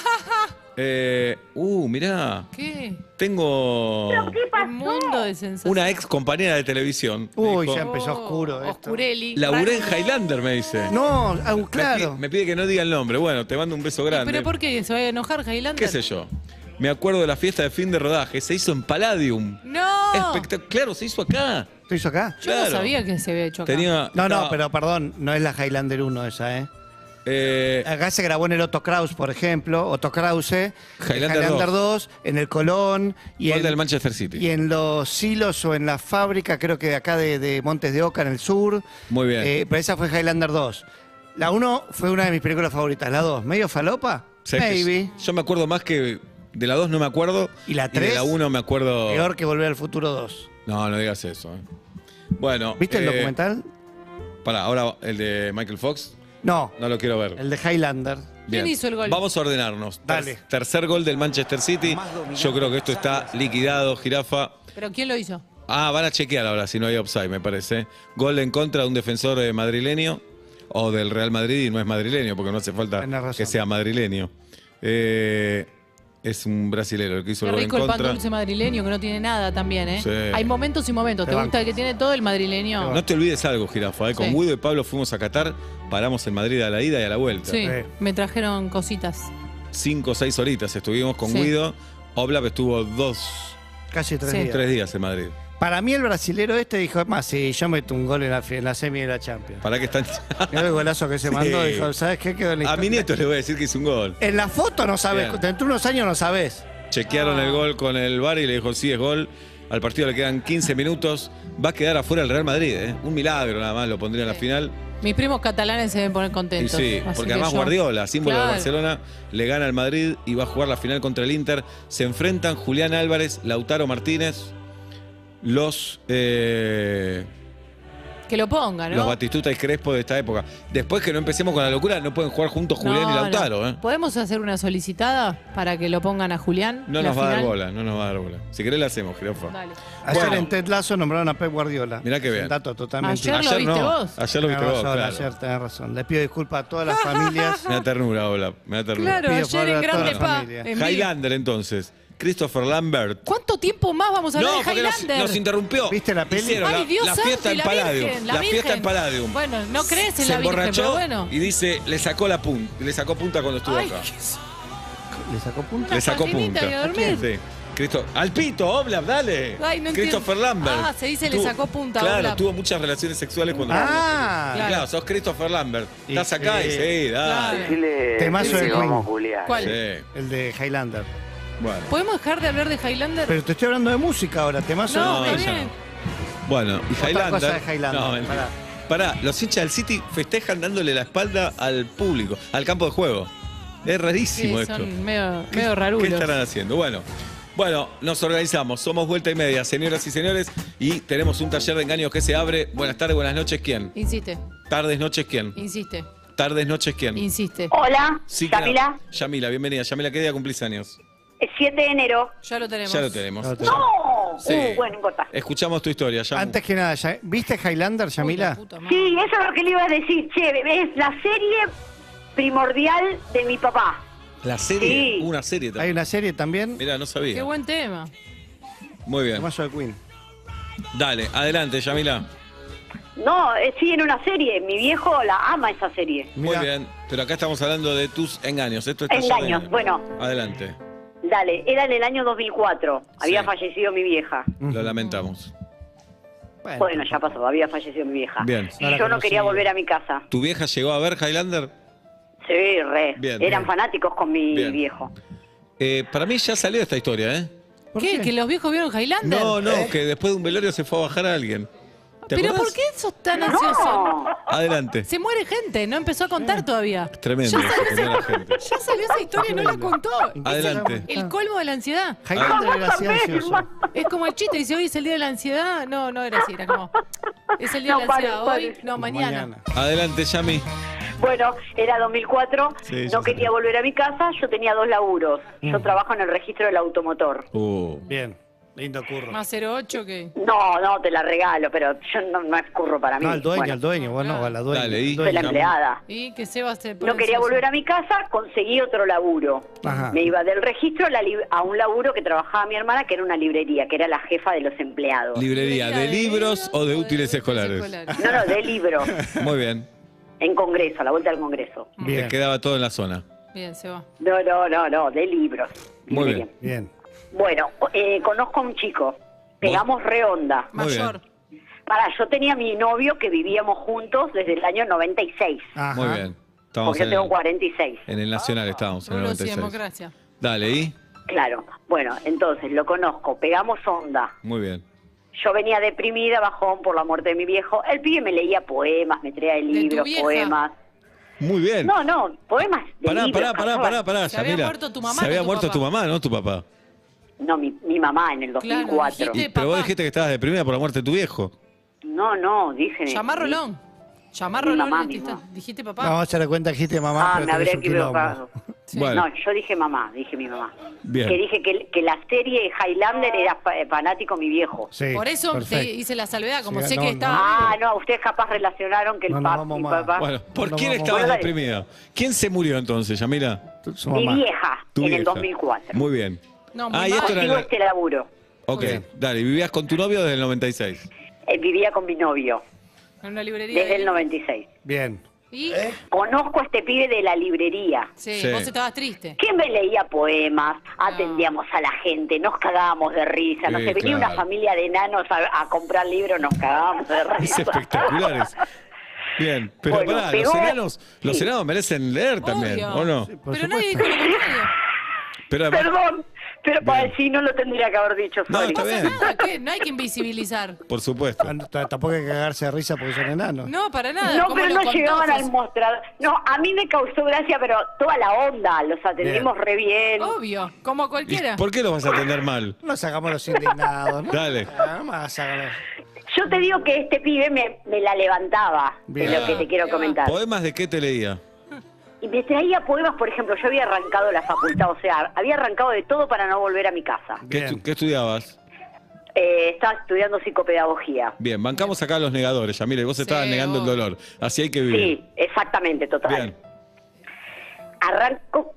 Speaker 4: Eh, uh, mirá.
Speaker 5: ¿Qué?
Speaker 4: Tengo
Speaker 6: ¿Qué
Speaker 5: Un
Speaker 6: pasó?
Speaker 5: mundo de sensaciones.
Speaker 4: una ex compañera de televisión. me
Speaker 3: Uy,
Speaker 4: dijo,
Speaker 3: ya empezó
Speaker 5: Oh,
Speaker 4: Oh,
Speaker 3: oscuro esto.
Speaker 5: Oscurelli.
Speaker 4: Laburé en
Speaker 5: Raro.
Speaker 4: Highlander, me dice.
Speaker 3: No, ah,
Speaker 4: Me pi-
Speaker 3: claro.
Speaker 4: Me pide que no diga el nombre. Bueno, te mando un beso
Speaker 5: ¿Y
Speaker 4: grande.
Speaker 5: ¿Pero por qué? ¿Se va a enojar Highlander?
Speaker 4: ¿Qué sé yo? Me acuerdo de la fiesta de fin de rodaje. Se hizo en Palladium.
Speaker 5: ¡No!
Speaker 4: Espectac- Claro, se hizo acá.
Speaker 3: ¿Lo hizo acá?
Speaker 5: Yo
Speaker 4: Claro.
Speaker 5: no sabía que se había hecho acá.
Speaker 4: Tenía.
Speaker 3: No, no,
Speaker 4: estaba-
Speaker 3: pero perdón, no es la Highlander 1 esa, ¿eh?
Speaker 4: Eh,
Speaker 3: Acá se grabó en el Otto Kraus, por ejemplo, Otto Krause, en
Speaker 4: Highlander
Speaker 3: Highlander
Speaker 4: 2.
Speaker 3: 2, en el Colón y
Speaker 4: Gol
Speaker 3: en,
Speaker 4: del Manchester City.
Speaker 3: y en los silos o en la fábrica, creo que de acá de, de Montes de Oca, en el sur.
Speaker 4: Muy bien.
Speaker 3: Eh, pero esa fue Highlander 2. La 1 fue una de mis películas favoritas. La 2, medio falopa,
Speaker 4: ¿sabes qué?
Speaker 3: maybe.
Speaker 4: Yo me acuerdo más que de la 2 no me acuerdo.
Speaker 3: ¿Y la
Speaker 4: de
Speaker 3: tres?
Speaker 4: la 1 me acuerdo.
Speaker 3: Peor que Volver al Futuro 2.
Speaker 4: No, no digas eso. eh. Bueno.
Speaker 3: ¿Viste el
Speaker 4: eh,
Speaker 3: documental?
Speaker 4: Pará, ahora el de Michael Fox.
Speaker 3: No,
Speaker 4: No lo quiero ver.
Speaker 3: el de Highlander.
Speaker 5: ¿Quién hizo el gol?
Speaker 4: Vamos a ordenarnos. Ter-
Speaker 3: Dale.
Speaker 4: tercer gol del Manchester City. Yo creo que esto está liquidado, jirafa.
Speaker 5: ¿Pero quién lo hizo?
Speaker 4: Ah, van a chequear ahora si no hay offside, me parece. Gol en contra de un defensor eh, madrileño o del Real Madrid y no es madrileño, porque no hace falta
Speaker 3: Tenés razón.
Speaker 4: que sea madrileño. Eh, es un brasilero el que hizo
Speaker 5: Qué
Speaker 4: el gol en
Speaker 5: rico el pan
Speaker 4: contra.
Speaker 5: dulce madrileño que no tiene nada también, ¿eh?
Speaker 4: Sí.
Speaker 5: Hay momentos y momentos.
Speaker 3: Te
Speaker 5: ¿Te,
Speaker 3: banco.
Speaker 5: gusta el que tiene todo el madrileño?
Speaker 4: No te olvides algo, jirafa. eh. Con
Speaker 5: Sí.
Speaker 4: Guido y Pablo fuimos a Qatar, paramos en Madrid a la ida y a la vuelta.
Speaker 5: Sí,
Speaker 3: Sí.
Speaker 5: me trajeron cositas.
Speaker 4: Cinco o seis horitas estuvimos con
Speaker 5: Sí.
Speaker 4: Guido. Oblap estuvo dos,
Speaker 3: Casi tres
Speaker 5: Sí.
Speaker 3: días.
Speaker 4: tres días en Madrid.
Speaker 3: Para mí el brasilero este dijo, es más, si yo meto un gol en la, fi- en la semi de la Champions.
Speaker 4: ¿Para qué están?
Speaker 3: Mirá el golazo que se
Speaker 4: Sí.
Speaker 3: mandó, dijo, ¿sabes qué quedó en la
Speaker 4: A mi
Speaker 3: historia".
Speaker 4: nieto le voy a decir que hizo un gol.
Speaker 3: En la foto no sabes,
Speaker 4: Bien.
Speaker 3: dentro de unos años no sabes.
Speaker 4: Chequearon
Speaker 5: Ah.
Speaker 4: el gol con el VAR y le dijo, sí, es gol. Al partido le quedan 15 minutos. Va a quedar afuera el Real Madrid, ¿eh? Un milagro nada más, lo pondría en la
Speaker 5: Sí.
Speaker 4: final.
Speaker 5: Mis primos catalanes se deben poner
Speaker 4: Y
Speaker 5: contentos.
Speaker 4: sí,
Speaker 5: así
Speaker 4: porque
Speaker 5: que
Speaker 4: además
Speaker 5: yo-
Speaker 4: Guardiola, símbolo de
Speaker 5: Claro.
Speaker 4: Barcelona, le gana al Madrid y va a jugar la final contra el Inter. Se enfrentan Julián Álvarez, Lautaro Martínez, los, eh,
Speaker 5: Que lo pongan, ¿Ah, ¿no?
Speaker 4: los Batistuta y Crespo de esta época. Después que no empecemos con la locura, no pueden jugar juntos Julián
Speaker 5: No,
Speaker 4: y
Speaker 5: no.
Speaker 4: Lautaro, ¿eh?
Speaker 5: ¿Podemos hacer una solicitada para que lo pongan a Julián?
Speaker 4: No
Speaker 5: la
Speaker 4: nos va a dar
Speaker 5: final?
Speaker 4: bola, no nos va a dar bola. Si querés la hacemos, Girofa.
Speaker 5: Dale.
Speaker 3: Ayer
Speaker 4: Bueno.
Speaker 3: en Ted Lasso nombraron a Pep Guardiola.
Speaker 4: Mirá qué
Speaker 3: Es un
Speaker 4: bien.
Speaker 3: dato totalmente.
Speaker 5: Ayer lo viste vos.
Speaker 4: Ayer lo
Speaker 3: Tenés
Speaker 4: viste vos,
Speaker 3: razón,
Speaker 4: claro.
Speaker 3: ayer tenés razón. Les pido disculpas a todas las familias.
Speaker 4: Me da ternura, Ola. Me da ternura.
Speaker 5: Claro,
Speaker 3: Pido para
Speaker 5: ayer
Speaker 3: toda
Speaker 5: en Grande
Speaker 3: la
Speaker 5: Pa.
Speaker 3: familia.
Speaker 5: en vivo.
Speaker 4: Highlander, entonces. Christopher Lambert.
Speaker 5: ¿Cuánto tiempo más vamos a hablar
Speaker 4: No,
Speaker 5: de
Speaker 4: porque nos,
Speaker 5: Highlander?
Speaker 4: nos interrumpió.
Speaker 3: ¿Viste la peli?
Speaker 4: Hicieron
Speaker 5: Ay, Dios
Speaker 4: la,
Speaker 5: santo,
Speaker 4: fiesta
Speaker 5: y
Speaker 4: en
Speaker 5: la
Speaker 4: Palladium.
Speaker 5: Virgen, la
Speaker 4: fiesta
Speaker 5: Virgen.
Speaker 4: en Palladium.
Speaker 5: Bueno, no crees en
Speaker 4: Se
Speaker 5: la Virgen,
Speaker 4: emborrachó
Speaker 5: pero bueno.
Speaker 4: y dice, le sacó la punta, le sacó punta cuando estuvo
Speaker 5: Ay,
Speaker 4: acá.
Speaker 5: qué-
Speaker 3: ¿Le sacó punto?
Speaker 5: una
Speaker 4: Le sacó
Speaker 5: patinita
Speaker 4: punta.
Speaker 5: y a dormir.
Speaker 4: Sí. Cristo- al pito, Oblap, dale.
Speaker 5: Ay, no
Speaker 4: Christopher
Speaker 5: entiendo.
Speaker 4: Lambert.
Speaker 5: Ah, se dice le
Speaker 4: Tuvo-
Speaker 5: sacó punta a
Speaker 4: Claro,
Speaker 5: Oblap.
Speaker 4: tuvo muchas relaciones sexuales cuando.
Speaker 3: Ah,
Speaker 4: Y claro. sos Christopher Lambert.
Speaker 3: Y
Speaker 4: Estás acá y
Speaker 3: sí.
Speaker 4: Ah, sí, dale.
Speaker 5: Claro.
Speaker 3: Temazo de Queen.
Speaker 5: ¿Cuál?
Speaker 4: Sí.
Speaker 3: El de Highlander.
Speaker 4: Bueno.
Speaker 5: ¿Podemos dejar de hablar de Highlander?
Speaker 3: Pero te estoy hablando de música ahora, temazo
Speaker 5: no,
Speaker 3: de
Speaker 4: no,
Speaker 5: está
Speaker 3: Queen.
Speaker 4: ella
Speaker 5: bien.
Speaker 4: Bueno, y
Speaker 3: Otra
Speaker 4: Highlander.
Speaker 3: cosa de Highlander,
Speaker 4: No, mentira.
Speaker 3: pará.
Speaker 4: pará. los hinchas del City festejan dándole la espalda al público, al campo de juego. Es
Speaker 5: Sí,
Speaker 4: rarísimo esto.
Speaker 5: son medio,
Speaker 4: ¿Qué-
Speaker 5: medio
Speaker 4: ¿Qué
Speaker 5: rarulos.
Speaker 4: estarán haciendo? Bueno. Bueno, nos organizamos, somos vuelta y media, señoras y señores, y tenemos un taller de engaños que se abre. Buenas tardes, buenas noches, ¿quién?
Speaker 5: Insiste,
Speaker 4: Tardes, noches, ¿quién?
Speaker 5: insiste,
Speaker 4: Tardes, noches, ¿quién?
Speaker 5: insiste.
Speaker 6: Hola,
Speaker 4: claro.
Speaker 6: Camila,
Speaker 4: Yamila, bienvenida. Yamila, ¿qué día cumplís años?
Speaker 6: el 7 de enero.
Speaker 5: Ya lo tenemos.
Speaker 4: Ya lo tenemos.
Speaker 3: Ya lo tenemos.
Speaker 6: ¡No!
Speaker 4: Sí. Eh,
Speaker 6: Uh, bueno, no importa.
Speaker 4: Escuchamos tu historia, Yamu.
Speaker 3: Antes que nada, ya- ¿viste Highlander,
Speaker 5: Uy, la
Speaker 3: Yamila?
Speaker 5: puta madre.
Speaker 6: Sí, eso es lo que le iba a decir, che, es la serie primordial de mi papá.
Speaker 4: La serie,
Speaker 6: Sí.
Speaker 4: una serie
Speaker 3: Hay
Speaker 4: también.
Speaker 3: una serie también.
Speaker 4: Mira, no sabía.
Speaker 5: Qué buen tema.
Speaker 4: Muy bien.
Speaker 3: Temazo de Queen.
Speaker 4: Dale, adelante, Yamila.
Speaker 6: No, eh, sí, en una serie. Mi viejo la ama esa serie.
Speaker 3: Mirá.
Speaker 4: Muy bien, pero acá estamos hablando de tus engaños. Esto está
Speaker 6: Engaños, bueno.
Speaker 4: Adelante,
Speaker 6: Dale, era en el año 2004. Había
Speaker 4: Sí.
Speaker 6: fallecido mi vieja.
Speaker 4: lo lamentamos.
Speaker 6: Bueno, ya pasó, había fallecido mi vieja.
Speaker 4: Bien.
Speaker 6: Y
Speaker 3: No la
Speaker 6: yo no
Speaker 3: conocí.
Speaker 6: quería volver a mi casa.
Speaker 4: ¿Tu vieja llegó a ver Highlander?
Speaker 6: Sí, re.
Speaker 4: Bien,
Speaker 6: Eran
Speaker 4: bien.
Speaker 6: fanáticos con mi
Speaker 4: Bien.
Speaker 6: viejo.
Speaker 4: Eh, para mí ya salió esta historia, ¿eh?
Speaker 3: ¿Por
Speaker 5: ¿Qué?
Speaker 3: qué?
Speaker 5: ¿Que los viejos vieron Highlander?
Speaker 4: No, no, que después de un velorio se fue a bajar a alguien. ¿Te
Speaker 5: Eh. ¿Pero
Speaker 4: acordás?
Speaker 5: por qué sos tan ansioso?
Speaker 6: No,
Speaker 4: Adelante.
Speaker 5: Se muere gente, no empezó a contar todavía.
Speaker 4: Tremendo.
Speaker 5: Ya salió,
Speaker 4: se comió la gente.
Speaker 5: esa, ya salió esa historia y no la contó.
Speaker 4: Adelante.
Speaker 5: El colmo de la ansiedad.
Speaker 4: Ah.
Speaker 3: Highlander era así ansioso.
Speaker 5: Es como el chiste, dice hoy es el día de la ansiedad. No, no era así, era como. Es el día
Speaker 6: No,
Speaker 5: de la
Speaker 6: pare,
Speaker 5: ansiedad
Speaker 6: pare.
Speaker 5: hoy, no, mañana.
Speaker 4: Adelante, Yami.
Speaker 6: Bueno, era 2004,
Speaker 4: Sí,
Speaker 6: no
Speaker 4: sí,
Speaker 6: quería
Speaker 4: sí.
Speaker 6: volver a mi casa, yo tenía dos laburos. Yo trabajo en el registro del automotor.
Speaker 4: Uh,
Speaker 3: Bien, lindo curro.
Speaker 5: Más 08 que.
Speaker 6: No, no, te la regalo, pero yo no, no es curro para mí.
Speaker 3: No, Ah, al dueño,
Speaker 6: Bueno,
Speaker 3: al dueño, bueno, a la dueña.
Speaker 4: Dale, y-
Speaker 3: al
Speaker 6: soy la
Speaker 3: dueño.
Speaker 6: empleada.
Speaker 5: Y que Seba se
Speaker 6: No quería volver a mi casa, conseguí otro laburo.
Speaker 3: Ajá.
Speaker 6: Me iba del registro a, la lib- a un laburo que trabajaba mi hermana, que era una librería, que era la jefa de los empleados.
Speaker 4: librería, ¿de libros o de útiles escolares?
Speaker 6: no, no, de libros,
Speaker 4: Muy bien,
Speaker 6: en congreso, a la vuelta del congreso.
Speaker 4: te
Speaker 3: Bien,
Speaker 4: quedaba todo en la zona.
Speaker 5: Bien, Seba.
Speaker 6: No, no, no, no, de libros.
Speaker 4: Muy
Speaker 6: Librería.
Speaker 4: bien.
Speaker 3: bien.
Speaker 6: Bueno, eh, conozco a un chico, pegamos re onda.
Speaker 4: Muy bien.
Speaker 5: Mayor.
Speaker 6: Para, yo tenía a mi novio que vivíamos juntos desde el año 96.
Speaker 3: Ajá.
Speaker 4: Muy bien. Estábamos
Speaker 6: Porque yo
Speaker 4: en
Speaker 6: tengo
Speaker 4: el-
Speaker 6: 46.
Speaker 4: En el Nacional estábamos, en el
Speaker 5: Bruno, sí,
Speaker 4: 96.
Speaker 5: democracia.
Speaker 4: Dale, ¿y?
Speaker 6: Claro. Bueno, entonces lo conozco, pegamos onda.
Speaker 4: Muy bien.
Speaker 6: Yo venía deprimida, bajón por la muerte de mi viejo. El pibe me leía poemas, me traía
Speaker 5: tu
Speaker 6: libros,
Speaker 5: vieja?
Speaker 6: poemas.
Speaker 4: Muy bien.
Speaker 6: No, no, poemas de
Speaker 4: pará,
Speaker 6: libros,
Speaker 4: pará, pará,
Speaker 6: pasaban.
Speaker 4: pará, pará,
Speaker 5: Se había
Speaker 4: Yamila.
Speaker 5: muerto tu mamá,
Speaker 4: Se
Speaker 5: no
Speaker 4: había
Speaker 5: tu
Speaker 4: muerto
Speaker 5: papá.
Speaker 4: tu mamá, no tu papá.
Speaker 6: No, mi, mi mamá en el
Speaker 5: Claro,
Speaker 6: 2004.
Speaker 5: dijiste-
Speaker 4: Y-
Speaker 5: Sí,
Speaker 4: pero vos
Speaker 5: papá.
Speaker 4: dijiste que estabas deprimida por la muerte de tu viejo.
Speaker 6: No, no, dije.
Speaker 5: Llamá a Rolón. Llamá a
Speaker 6: Mi
Speaker 5: Rolón.
Speaker 6: mamá,
Speaker 5: y te
Speaker 6: mi
Speaker 5: está-
Speaker 6: mamá.
Speaker 5: Dijiste papá.
Speaker 3: Vamos a hacer cuenta que dijiste mamá,
Speaker 6: Ah,
Speaker 3: pero
Speaker 6: me
Speaker 3: tenés
Speaker 6: habría
Speaker 3: un quilombo.
Speaker 6: equivocado.
Speaker 4: Bueno,
Speaker 6: No, yo dije mamá, dije mi mamá.
Speaker 4: Bien.
Speaker 6: Que dije que, que la serie Highlander
Speaker 5: Ah.
Speaker 6: era fa- eh, fanático mi viejo.
Speaker 3: Sí,
Speaker 5: Por eso te
Speaker 3: perfecto.
Speaker 5: hice la salvedad, como
Speaker 3: Sí,
Speaker 5: sé
Speaker 3: no,
Speaker 5: que
Speaker 3: no.
Speaker 5: estaba.
Speaker 6: Ah, no, ustedes capaz relacionaron que el
Speaker 3: No, no,
Speaker 6: papi,
Speaker 3: vamos
Speaker 6: mi
Speaker 3: más.
Speaker 6: papá.
Speaker 4: bueno, ¿por
Speaker 3: No,
Speaker 4: quién
Speaker 3: no,
Speaker 4: estabas
Speaker 6: Ah, vamos.
Speaker 4: deprimida? ¿Quién se murió entonces, Yamila?
Speaker 3: Tu- su
Speaker 6: mi
Speaker 3: mamá.
Speaker 6: vieja,
Speaker 4: Tu
Speaker 6: en el
Speaker 4: vieja.
Speaker 6: 2004.
Speaker 4: Muy bien.
Speaker 5: No, mi
Speaker 4: ah, y
Speaker 5: mamá.
Speaker 4: esto era...
Speaker 6: Sigo este laburo.
Speaker 4: Ok, dale, ¿vivías con tu novio desde el 96?
Speaker 6: Eh, vivía con mi novio
Speaker 5: En una librería.
Speaker 6: desde
Speaker 5: ahí.
Speaker 6: el 96.
Speaker 3: Bien.
Speaker 5: Y.
Speaker 3: ¿Eh?
Speaker 6: Conozco a este pibe de la librería.
Speaker 5: Sí,
Speaker 4: Sí.
Speaker 5: vos estabas triste.
Speaker 6: que me leía poemas, atendíamos a la gente, nos cagábamos de risa, no
Speaker 4: Sí,
Speaker 6: sé, venía
Speaker 4: claro.
Speaker 6: una familia de enanos a, a comprar libros, nos cagábamos de
Speaker 4: Es
Speaker 6: risa.
Speaker 4: espectacular eso. Bien, pero
Speaker 6: Bueno,
Speaker 4: pará,
Speaker 6: pegó-
Speaker 4: los enanos, los
Speaker 6: Sí.
Speaker 4: enanos merecen leer también,
Speaker 5: Obvio.
Speaker 4: ¿o no?
Speaker 3: por
Speaker 5: Pero nadie dijo
Speaker 3: supuesto.
Speaker 5: lo contrario.
Speaker 4: Pero además-
Speaker 6: Perdón, pero para
Speaker 4: Bien.
Speaker 6: decir no lo tendría que haber dicho,
Speaker 4: No,
Speaker 6: sorry.
Speaker 4: está bien.
Speaker 5: Nada, ¿qué? No hay que invisibilizar.
Speaker 4: Por supuesto.
Speaker 3: Ah, no, t- Tampoco hay que cagarse de risa porque son enanos.
Speaker 5: No, para nada.
Speaker 6: No,
Speaker 5: ¿cómo
Speaker 6: pero
Speaker 5: lo
Speaker 6: no
Speaker 5: contás?
Speaker 6: llegaban al mostrador. No, a mí me causó gracia, pero toda la onda, los atendimos re bien.
Speaker 5: Obvio, como
Speaker 4: ¿Y
Speaker 5: cualquiera.
Speaker 4: ¿Por qué los vas a atender mal?
Speaker 3: No nos hagamos los indignados. ¿no? Ah,
Speaker 4: Dale.
Speaker 3: Nada más hagamos.
Speaker 6: Yo te digo que este pibe me, me la levantaba,
Speaker 3: Bien.
Speaker 6: es lo que te quiero
Speaker 5: Ah,
Speaker 6: comentar.
Speaker 4: ¿Poemas de qué te leía?
Speaker 6: Y me traía poemas, por ejemplo, yo había arrancado la facultad, o sea, había arrancado de todo para no volver a mi casa.
Speaker 4: ¿Qué,
Speaker 3: Bien.
Speaker 4: estu- qué estudiabas?
Speaker 6: Eh, estaba estudiando psicopedagogía.
Speaker 4: Bien, bancamos acá a los negadores, ya mire, vos estabas
Speaker 5: Sí,
Speaker 4: negando el
Speaker 5: obvio.
Speaker 4: dolor. Así hay que vivir.
Speaker 6: Sí, exactamente, total.
Speaker 4: Bien.
Speaker 6: Arranco,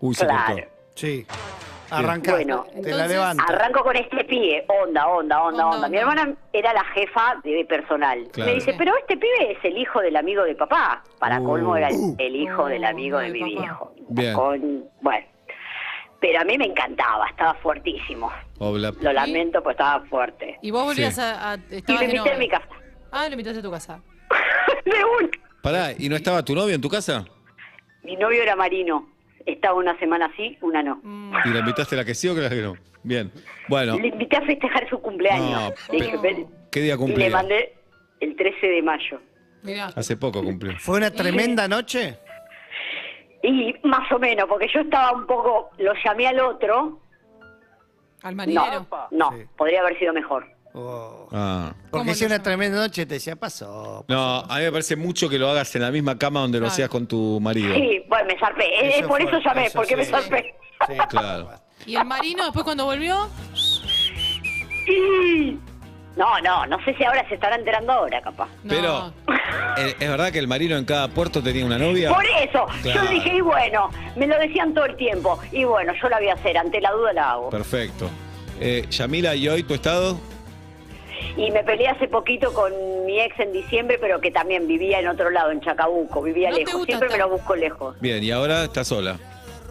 Speaker 4: Uy, se
Speaker 6: Claro.
Speaker 4: cortó.
Speaker 3: Sí. Arranca.
Speaker 6: Bueno,
Speaker 3: te la
Speaker 5: entonces-
Speaker 3: levanto.
Speaker 6: arranco con este pibe, onda, onda, onda,
Speaker 5: Onda,
Speaker 6: onda. Mi
Speaker 5: onda.
Speaker 6: hermana era la jefa de personal.
Speaker 4: Claro.
Speaker 6: Me dice,
Speaker 5: Sí.
Speaker 6: pero este pibe es el hijo del amigo de papá. Para
Speaker 4: Uh.
Speaker 6: colmo era el, el hijo
Speaker 5: Uh,
Speaker 6: del amigo de
Speaker 5: de
Speaker 6: mi
Speaker 5: papá.
Speaker 6: viejo.
Speaker 4: Bien.
Speaker 6: Con- bueno, pero a mí me encantaba, estaba fuertísimo.
Speaker 4: Obla-
Speaker 6: Lo lamento, pues estaba fuerte.
Speaker 5: Y vos volvías
Speaker 4: Sí.
Speaker 5: a, a-
Speaker 6: Y
Speaker 5: estabas
Speaker 6: lo
Speaker 5: de
Speaker 6: invité
Speaker 5: novia.
Speaker 6: a mi casa.
Speaker 5: Ah, lo invitaste a tu casa.
Speaker 6: De una.
Speaker 4: Pará, ¿y no estaba tu novio en tu casa?
Speaker 6: Mi novio era marino. Estaba una semana sí, una no.
Speaker 4: ¿Y la invitaste la que sí o que la que no? Bien. Bueno,
Speaker 6: Le invité a festejar su
Speaker 4: No,
Speaker 6: cumpleaños. Le dije,
Speaker 4: pero-
Speaker 6: "Ven".
Speaker 4: ¿qué día
Speaker 6: Y le
Speaker 4: cumplía?
Speaker 6: mandé el 13 de mayo.
Speaker 5: Mirá.
Speaker 4: Hace poco cumplió.
Speaker 3: ¿Fue
Speaker 5: Eh,
Speaker 3: una tremenda noche?
Speaker 6: Y más o menos, porque yo estaba un poco, lo llamé al otro.
Speaker 5: Al
Speaker 6: No,
Speaker 5: marinero.
Speaker 6: no,
Speaker 3: Sí.
Speaker 6: podría haber sido mejor.
Speaker 3: Oh.
Speaker 4: Ah.
Speaker 3: Porque
Speaker 5: ¿Cómo
Speaker 3: si
Speaker 5: lo
Speaker 3: una
Speaker 5: llamas?
Speaker 3: tremenda noche te decía, pasó.
Speaker 4: No, a mí me parece mucho que lo hagas en la misma cama donde lo
Speaker 5: Claro.
Speaker 4: hacías con tu marido.
Speaker 6: Sí, bueno, me zarpé. Eh,
Speaker 3: Eso
Speaker 6: por
Speaker 3: fue,
Speaker 6: eso llamé,
Speaker 3: eso
Speaker 6: porque me
Speaker 3: sí.
Speaker 6: zarpé.
Speaker 3: Sí,
Speaker 4: Claro.
Speaker 5: Y el marino, después cuando volvió,
Speaker 6: Sí. No, no, no sé si ahora se estará enterando ahora, capaz.
Speaker 5: no.
Speaker 4: Pero, eh, ¿es es verdad que el marino en cada puerto tenía una novia?
Speaker 6: Por eso,
Speaker 4: Claro.
Speaker 6: yo dije, y bueno, me lo decían todo el tiempo. Y bueno, yo la voy a hacer, ante la duda la hago.
Speaker 4: Perfecto. Eh, Yamila, ¿y hoy tu estado?
Speaker 6: Y me peleé hace poquito con mi ex en diciembre, pero que también vivía en otro lado, en Chacabuco, vivía
Speaker 5: No te
Speaker 6: lejos.
Speaker 5: gusta
Speaker 6: Siempre me
Speaker 5: estar-
Speaker 6: lo busco lejos.
Speaker 4: Bien, y ahora estás sola.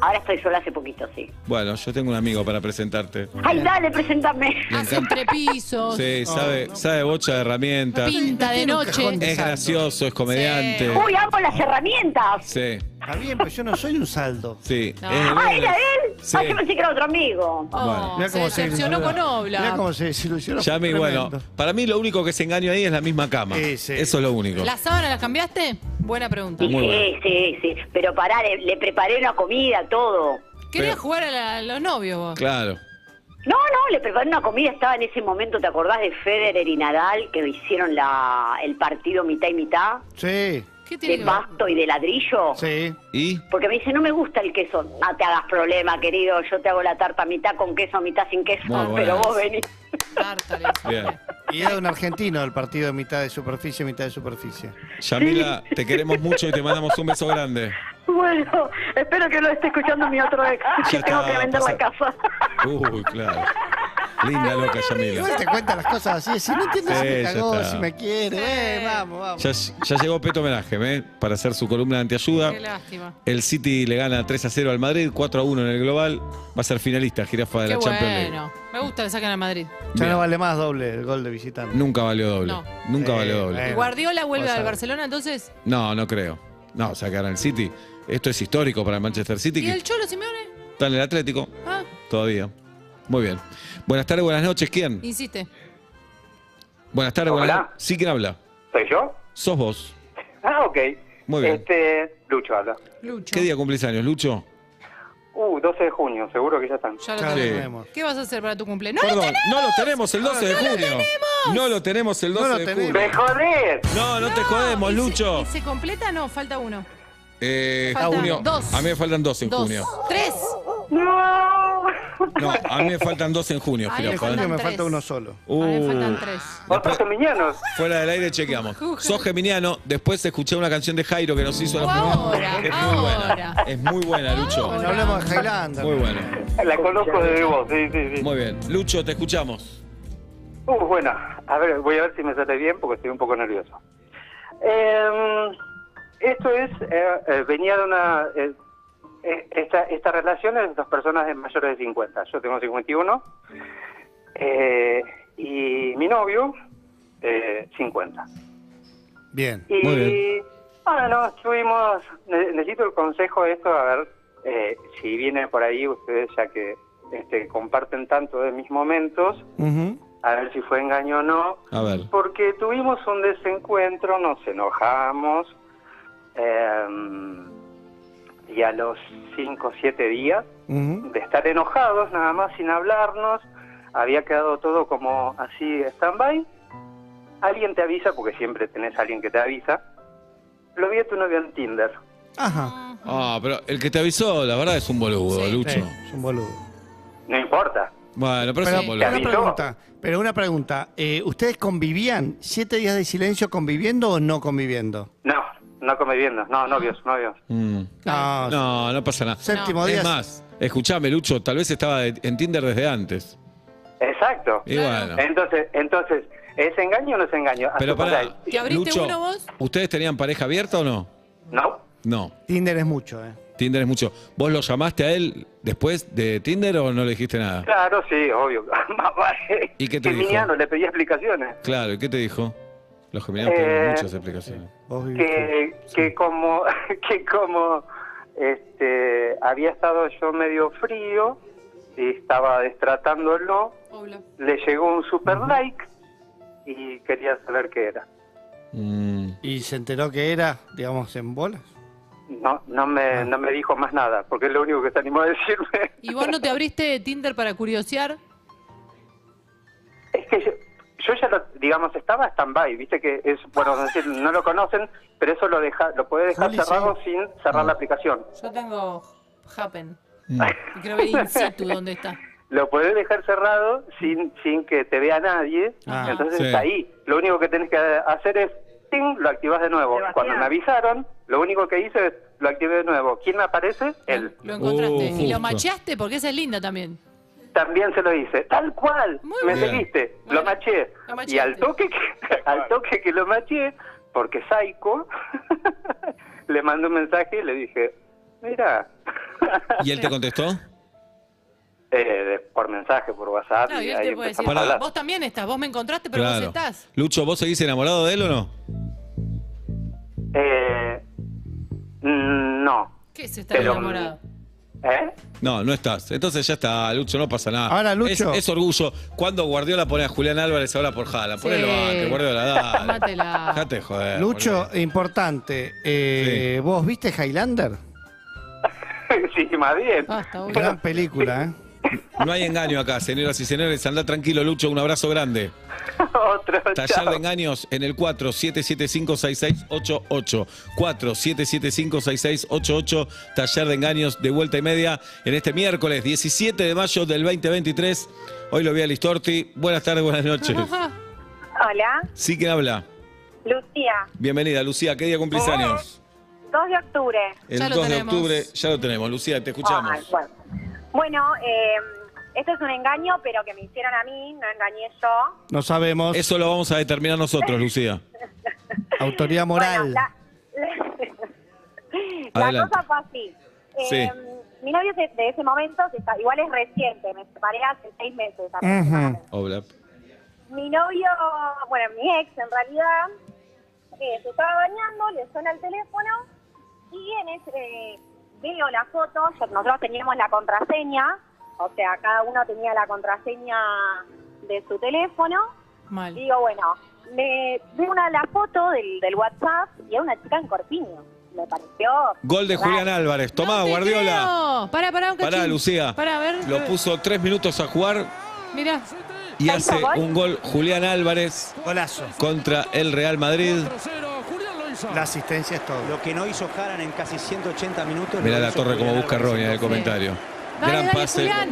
Speaker 6: Ahora estoy sola hace poquito, sí.
Speaker 4: Bueno, yo tengo un amigo para presentarte.
Speaker 6: Ay, dale, presentame.
Speaker 4: Le
Speaker 5: hace
Speaker 4: encanta.
Speaker 5: entrepisos,
Speaker 4: Sí,
Speaker 5: Oh,
Speaker 4: sabe, sabe bocha de herramientas.
Speaker 5: pinta de
Speaker 3: Tiene un
Speaker 5: noche.
Speaker 3: cajón de
Speaker 4: Es
Speaker 3: saldo.
Speaker 4: gracioso, es comediante.
Speaker 6: Uy, amo las herramientas.
Speaker 4: Sí,
Speaker 3: Está bien, pero yo no soy un saldo.
Speaker 4: sí.
Speaker 5: No.
Speaker 4: Es de
Speaker 6: Ah, ¿era
Speaker 4: Vélez.
Speaker 6: él?
Speaker 4: Sí.
Speaker 6: Ay, yo pensé que era otro amigo.
Speaker 5: Oh,
Speaker 3: Mirá
Speaker 5: se
Speaker 3: cómo se
Speaker 5: decepcionó con
Speaker 3: desilusionó. Mirá
Speaker 5: Obla.
Speaker 3: cómo se desilusionó.
Speaker 4: Yami,
Speaker 3: Fue
Speaker 4: bueno,
Speaker 3: tremendo.
Speaker 4: para mí lo único que se engañó ahí es la misma cama.
Speaker 3: Sí, sí.
Speaker 4: Eso es lo único.
Speaker 5: ¿Las sábanas las cambiaste? Buena pregunta.
Speaker 6: Y sí,
Speaker 4: Muy bueno.
Speaker 6: sí, sí. Pero pará, le, le preparé una comida, todo.
Speaker 5: ¿Querías
Speaker 4: Pero-
Speaker 5: jugar a, la- a los novios vos?
Speaker 4: Claro.
Speaker 6: No, no, le preparé una comida. Estaba en ese momento, ¿te acordás de Federer y Nadal que hicieron la, el partido mitad y mitad?
Speaker 3: Sí,
Speaker 5: ¿Qué tiene
Speaker 6: De
Speaker 5: que ver?
Speaker 6: pasto y de ladrillo.
Speaker 3: sí.
Speaker 4: ¿Y?
Speaker 6: Porque me dice, no me gusta el queso. No te hagas problema, querido. Yo te hago la tarta mitad con queso, mitad sin queso.
Speaker 4: Muy buena.
Speaker 6: pero vos venís.
Speaker 5: Tártara, eso.
Speaker 4: Bien.
Speaker 3: Y era un argentino el partido de mitad de superficie, mitad de superficie.
Speaker 4: Yamila, te queremos mucho y te mandamos un beso grande.
Speaker 6: Bueno, espero que lo esté escuchando mi otro ex.
Speaker 4: Ya
Speaker 6: que tengo
Speaker 4: está,
Speaker 6: que vender
Speaker 4: pasa- Uh.
Speaker 6: la casa.
Speaker 4: Uy, claro. Linda loca,
Speaker 3: Igual
Speaker 4: Yamila.
Speaker 3: te cuentan las cosas así, si no entiendes si
Speaker 4: Sí,
Speaker 3: me
Speaker 4: ya
Speaker 3: cagó,
Speaker 4: está.
Speaker 3: si me quiere,
Speaker 5: Sí.
Speaker 3: eh, vamos, vamos.
Speaker 4: Ya, ya llegó Peto Homenaje, ¿eh? Para hacer su columna de antiayuda.
Speaker 5: Qué lástima.
Speaker 4: El City le gana 3 a 0 al Madrid, 4 a 1 en el global. Va a ser finalista, jirafa de
Speaker 5: Qué
Speaker 4: la Champions League.
Speaker 5: bueno. Me gusta que saquen a Madrid.
Speaker 3: Ya
Speaker 4: Bien.
Speaker 3: no vale más doble el gol de visitante.
Speaker 4: Nunca valió doble.
Speaker 5: No.
Speaker 4: Nunca
Speaker 3: Sí, eh.
Speaker 4: valió doble.
Speaker 3: bueno.
Speaker 5: ¿Guardiola vuelve
Speaker 3: Vas a
Speaker 5: al
Speaker 3: ver.
Speaker 5: Barcelona entonces?
Speaker 4: No, no creo. No, sacaron el City. Esto es histórico para el Manchester City,
Speaker 5: ¿Y
Speaker 4: que
Speaker 5: el Cholo Simeone?
Speaker 4: está en el Atlético
Speaker 5: Ah,
Speaker 4: todavía. Muy bien. Buenas tardes, buenas noches. ¿Quién?
Speaker 5: insiste.
Speaker 4: Buenas tardes, buenas
Speaker 7: Hola.
Speaker 4: noches. Sí, ¿quién habla?
Speaker 7: ¿Soy yo?
Speaker 4: Sos vos.
Speaker 7: Ah, ok.
Speaker 4: Muy bien.
Speaker 7: Este, Lucho habla.
Speaker 5: Lucho.
Speaker 4: ¿Qué día cumplís años, Lucho?
Speaker 7: Uh, 12 de junio, seguro que ya están.
Speaker 5: Ya lo
Speaker 3: Ya lo
Speaker 4: Sí.
Speaker 5: tengo.
Speaker 3: tenemos.
Speaker 5: ¿Qué vas a hacer para tu cumpleaños? ¡No lo
Speaker 4: Perdón,
Speaker 5: tenés!
Speaker 4: no lo tenemos el 12 de
Speaker 5: ¡No lo
Speaker 4: junio. No lo tenemos el
Speaker 3: No
Speaker 4: 12
Speaker 3: lo
Speaker 4: de
Speaker 3: tenemos.
Speaker 4: junio.
Speaker 7: ¡Me joder!
Speaker 4: No, no, te jodemos,
Speaker 5: ¿Y se-
Speaker 4: Lucho.
Speaker 5: ¿Y se completa? No, falta uno.
Speaker 4: Eh,
Speaker 5: Faltan
Speaker 4: junio.
Speaker 5: dos.
Speaker 4: A mí me faltan dos en
Speaker 5: Dos.
Speaker 4: junio.
Speaker 5: Tres.
Speaker 7: ¡No!
Speaker 4: No, a mí me faltan dos en junio,
Speaker 5: Ay,
Speaker 4: Jiro,
Speaker 3: En
Speaker 5: me
Speaker 4: joder.
Speaker 3: junio me
Speaker 5: tres.
Speaker 3: falta uno solo.
Speaker 5: A mí me
Speaker 4: Uh.
Speaker 5: faltan tres.
Speaker 7: ¿Vosotros geminianos?
Speaker 4: Fuera del aire chequeamos. Sos geminiano, después escuché una canción de Jairo que nos hizo la
Speaker 5: Ahora,
Speaker 4: Es muy buena.
Speaker 5: ahora.
Speaker 4: Es muy buena,
Speaker 3: Bueno,
Speaker 4: Lucho.
Speaker 3: hablemos de Highlander.
Speaker 4: Muy buena.
Speaker 7: La conozco de vos, sí, sí, sí.
Speaker 4: Muy bien. Lucho, te escuchamos.
Speaker 7: Uh, bueno, a ver, voy a ver si me sale bien porque estoy un poco nervioso. Eh, esto es, eh, eh, venía de una... eh, eh, esta, esta relación es de dos personas de mayores de 50. Yo tengo 51 eh, y mi novio, eh, 50.
Speaker 3: Bien.
Speaker 7: Y
Speaker 4: Muy bien.
Speaker 7: bueno, estuvimos, ne- necesito el consejo de esto, a ver eh, si viene por ahí ustedes, ya que este, comparten tanto de mis momentos,
Speaker 3: Ujú.
Speaker 7: a ver si fue engaño o no,
Speaker 4: A ver.
Speaker 7: porque tuvimos un desencuentro, nos enojamos, eh, y a los 5 o 7 días
Speaker 3: Ujú.
Speaker 7: de estar enojados, nada más sin hablarnos, había quedado todo como así stand-by. Alguien te avisa, porque siempre tenés a alguien que te avisa. Lo vi a tu novio en Tinder.
Speaker 3: Ajá.
Speaker 4: Ah, pero el que te avisó, la verdad, es un boludo,
Speaker 5: Sí.
Speaker 4: Lucho.
Speaker 3: Sí, es un boludo.
Speaker 7: No importa.
Speaker 4: Bueno, pero,
Speaker 3: Pero,
Speaker 4: es un
Speaker 3: pero
Speaker 4: boludo.
Speaker 3: una pregunta, pero una pregunta. eh, ¿Ustedes convivían siete días de silencio conviviendo o no conviviendo?
Speaker 7: No, no conviviendo. No, novios, novios.
Speaker 4: Mm.
Speaker 3: No,
Speaker 4: No, no pasa nada.
Speaker 3: séptimo día.
Speaker 4: Es más, escuchame, Lucho, tal vez estaba de- en Tinder desde antes.
Speaker 7: Exacto.
Speaker 4: Y Eh, bueno.
Speaker 5: Eh,
Speaker 7: Entonces, entonces, ¿es engaño o no es engaño? A
Speaker 4: Pero
Speaker 7: tu
Speaker 4: pará.
Speaker 7: mandato.
Speaker 5: ¿Te abriste
Speaker 4: Lucho,
Speaker 5: uno vos?
Speaker 4: ¿Ustedes tenían pareja abierta o no?
Speaker 7: No.
Speaker 4: No.
Speaker 3: Tinder es mucho, ¿eh?
Speaker 4: Tinder es mucho. ¿Vos lo llamaste a él después de Tinder o no le dijiste nada?
Speaker 7: Claro, sí, obvio. Más vale.
Speaker 4: ¿Y qué te dijo?
Speaker 7: Geminiano, le pedí explicaciones.
Speaker 4: Claro, ¿y qué te dijo? Los geminianos
Speaker 7: Eh,
Speaker 4: tienen muchas explicaciones.
Speaker 3: Vos vivís
Speaker 4: Eh.
Speaker 7: que, que como que como este había estado yo medio frío y estaba destratándolo,
Speaker 5: Hola.
Speaker 7: le llegó un super like y quería saber qué era.
Speaker 4: Mm,
Speaker 3: y se enteró que era, digamos, en bolas.
Speaker 7: No, no
Speaker 3: Ah.
Speaker 7: me, no me dijo más nada, porque es lo único que se animó a decirme.
Speaker 5: ¿Y vos no te abriste Tinder para curiosear?
Speaker 7: Es que yo, yo ya lo, digamos, estaba stand-by, viste que es, bueno, es decir, no lo conocen, pero eso lo deja, lo puede dejar
Speaker 3: Juli, sí. Ah.
Speaker 7: cerrado sin cerrar la aplicación.
Speaker 5: Yo tengo Happen.
Speaker 4: mm.
Speaker 5: Y Quiero ver in situ dónde está.
Speaker 7: lo podés dejar cerrado sin, sin que te vea nadie.
Speaker 3: Ah,
Speaker 7: Entonces
Speaker 4: sí.
Speaker 7: está ahí. Lo único que tenés que hacer es, ting, lo activás de nuevo.
Speaker 6: Sebastián.
Speaker 7: Cuando me avisaron, lo único que hice es, lo activé de nuevo. ¿Quién me aparece? Él.
Speaker 5: Lo encontraste.
Speaker 4: Oh,
Speaker 5: y
Speaker 4: justo.
Speaker 5: lo macheaste porque esa es linda también.
Speaker 7: También se lo hice. Tal cual.
Speaker 5: Muy
Speaker 7: me
Speaker 4: bien.
Speaker 7: seguiste.
Speaker 5: Bueno,
Speaker 7: lo maché.
Speaker 5: lo macheaste.
Speaker 7: y al toque, que, al toque que lo maché, porque Psycho, le mandé un mensaje y le dije, mira.
Speaker 4: ¿Y él te contestó?
Speaker 7: Eh, por mensaje, por WhatsApp.
Speaker 5: Claro,
Speaker 7: y
Speaker 5: y él
Speaker 7: Ah, ahí
Speaker 5: te puede decir,
Speaker 7: empezamos a hablar.
Speaker 5: vos también estás, vos me encontraste, pero vos estás.
Speaker 4: Lucho, ¿vos seguís enamorado de él o no?
Speaker 7: Eh, mm, no.
Speaker 5: ¿Qué es estar
Speaker 7: Pero-
Speaker 5: enamorado?
Speaker 7: ¿Eh?
Speaker 4: No, no estás. Entonces ya está, Lucho, no pasa nada.
Speaker 3: Ahora, Lucho.
Speaker 4: Es, es orgullo. Cuando Guardiola pone a Julián Álvarez, ahora por Jala. Ponelo
Speaker 5: Sí.
Speaker 4: antes, Guardiola, dale.
Speaker 5: Mátela.
Speaker 4: Dejate de joder.
Speaker 3: Lucho,
Speaker 4: boludo.
Speaker 3: importante. eh, ¿Vos viste Highlander?
Speaker 7: sí, más bien.
Speaker 5: Basta, boludo.
Speaker 3: Gran película, ¿eh?
Speaker 4: No hay engaño acá, señoras y señores. Andá tranquilo, Lucho. Un abrazo grande.
Speaker 7: Otro.
Speaker 4: Taller
Speaker 7: chao.
Speaker 4: de engaños en el 47756688. 47756688. Taller de engaños de vuelta y media en este miércoles 17 de mayo del 2023. Hoy lo vi a Listorti. Buenas tardes, buenas noches.
Speaker 8: Hola,
Speaker 4: Sí, ¿quién habla?
Speaker 8: Lucía,
Speaker 4: Bienvenida, Lucía. ¿Qué día cumplís años?
Speaker 8: 2 de octubre.
Speaker 4: El
Speaker 5: Oh, Ya lo
Speaker 4: 2 de
Speaker 5: tenemos.
Speaker 4: octubre. Ya lo tenemos. Lucía, te escuchamos.
Speaker 8: Ay, bueno, bueno eh, esto es un engaño, pero que me hicieron a mí, no engañé yo.
Speaker 3: No sabemos.
Speaker 4: Eso lo vamos a determinar nosotros, Lucía.
Speaker 3: Autoridad moral.
Speaker 8: Bueno, la, la
Speaker 4: Adelante.
Speaker 8: cosa fue así. Eh,
Speaker 4: Sí.
Speaker 8: Mi novio se- de ese momento, se está- igual es reciente, me separé hace seis meses aproximadamente.
Speaker 4: Hola.
Speaker 8: Mi novio, bueno, mi ex en realidad, eh, se estaba bañando, le suena el teléfono Y en ese, eh, veo la foto, yo- nosotros teníamos la contraseña, o sea, cada uno tenía la contraseña de su teléfono.
Speaker 5: Mal.
Speaker 8: Digo, bueno, me veo una la foto del, del WhatsApp y era una chica en corpiño. Me pareció.
Speaker 4: Gol de Julián Álvarez. Tomá,
Speaker 5: ¡No te
Speaker 4: Ah, Guardiola.
Speaker 5: creo! Pará, pará, un cachín.
Speaker 4: Pará, Lucía.
Speaker 5: Pará, a ver.
Speaker 4: Lo puso tres minutos a jugar
Speaker 5: Mirá.
Speaker 4: y
Speaker 8: ¿Ya hizo
Speaker 4: hace
Speaker 8: gol?
Speaker 4: un gol Julián Álvarez
Speaker 3: Golazo.
Speaker 4: contra el Real Madrid.
Speaker 3: La asistencia es todo.
Speaker 9: Lo que no hizo Haran en casi 180 minutos.
Speaker 4: Mirá
Speaker 9: lo
Speaker 4: la
Speaker 9: hizo
Speaker 4: torre como
Speaker 9: Julián
Speaker 4: busca eh,
Speaker 9: Álvarez
Speaker 4: Ronnie en el comentario.
Speaker 5: Dale,
Speaker 4: Gran
Speaker 5: dale,
Speaker 4: pase.
Speaker 5: Julián.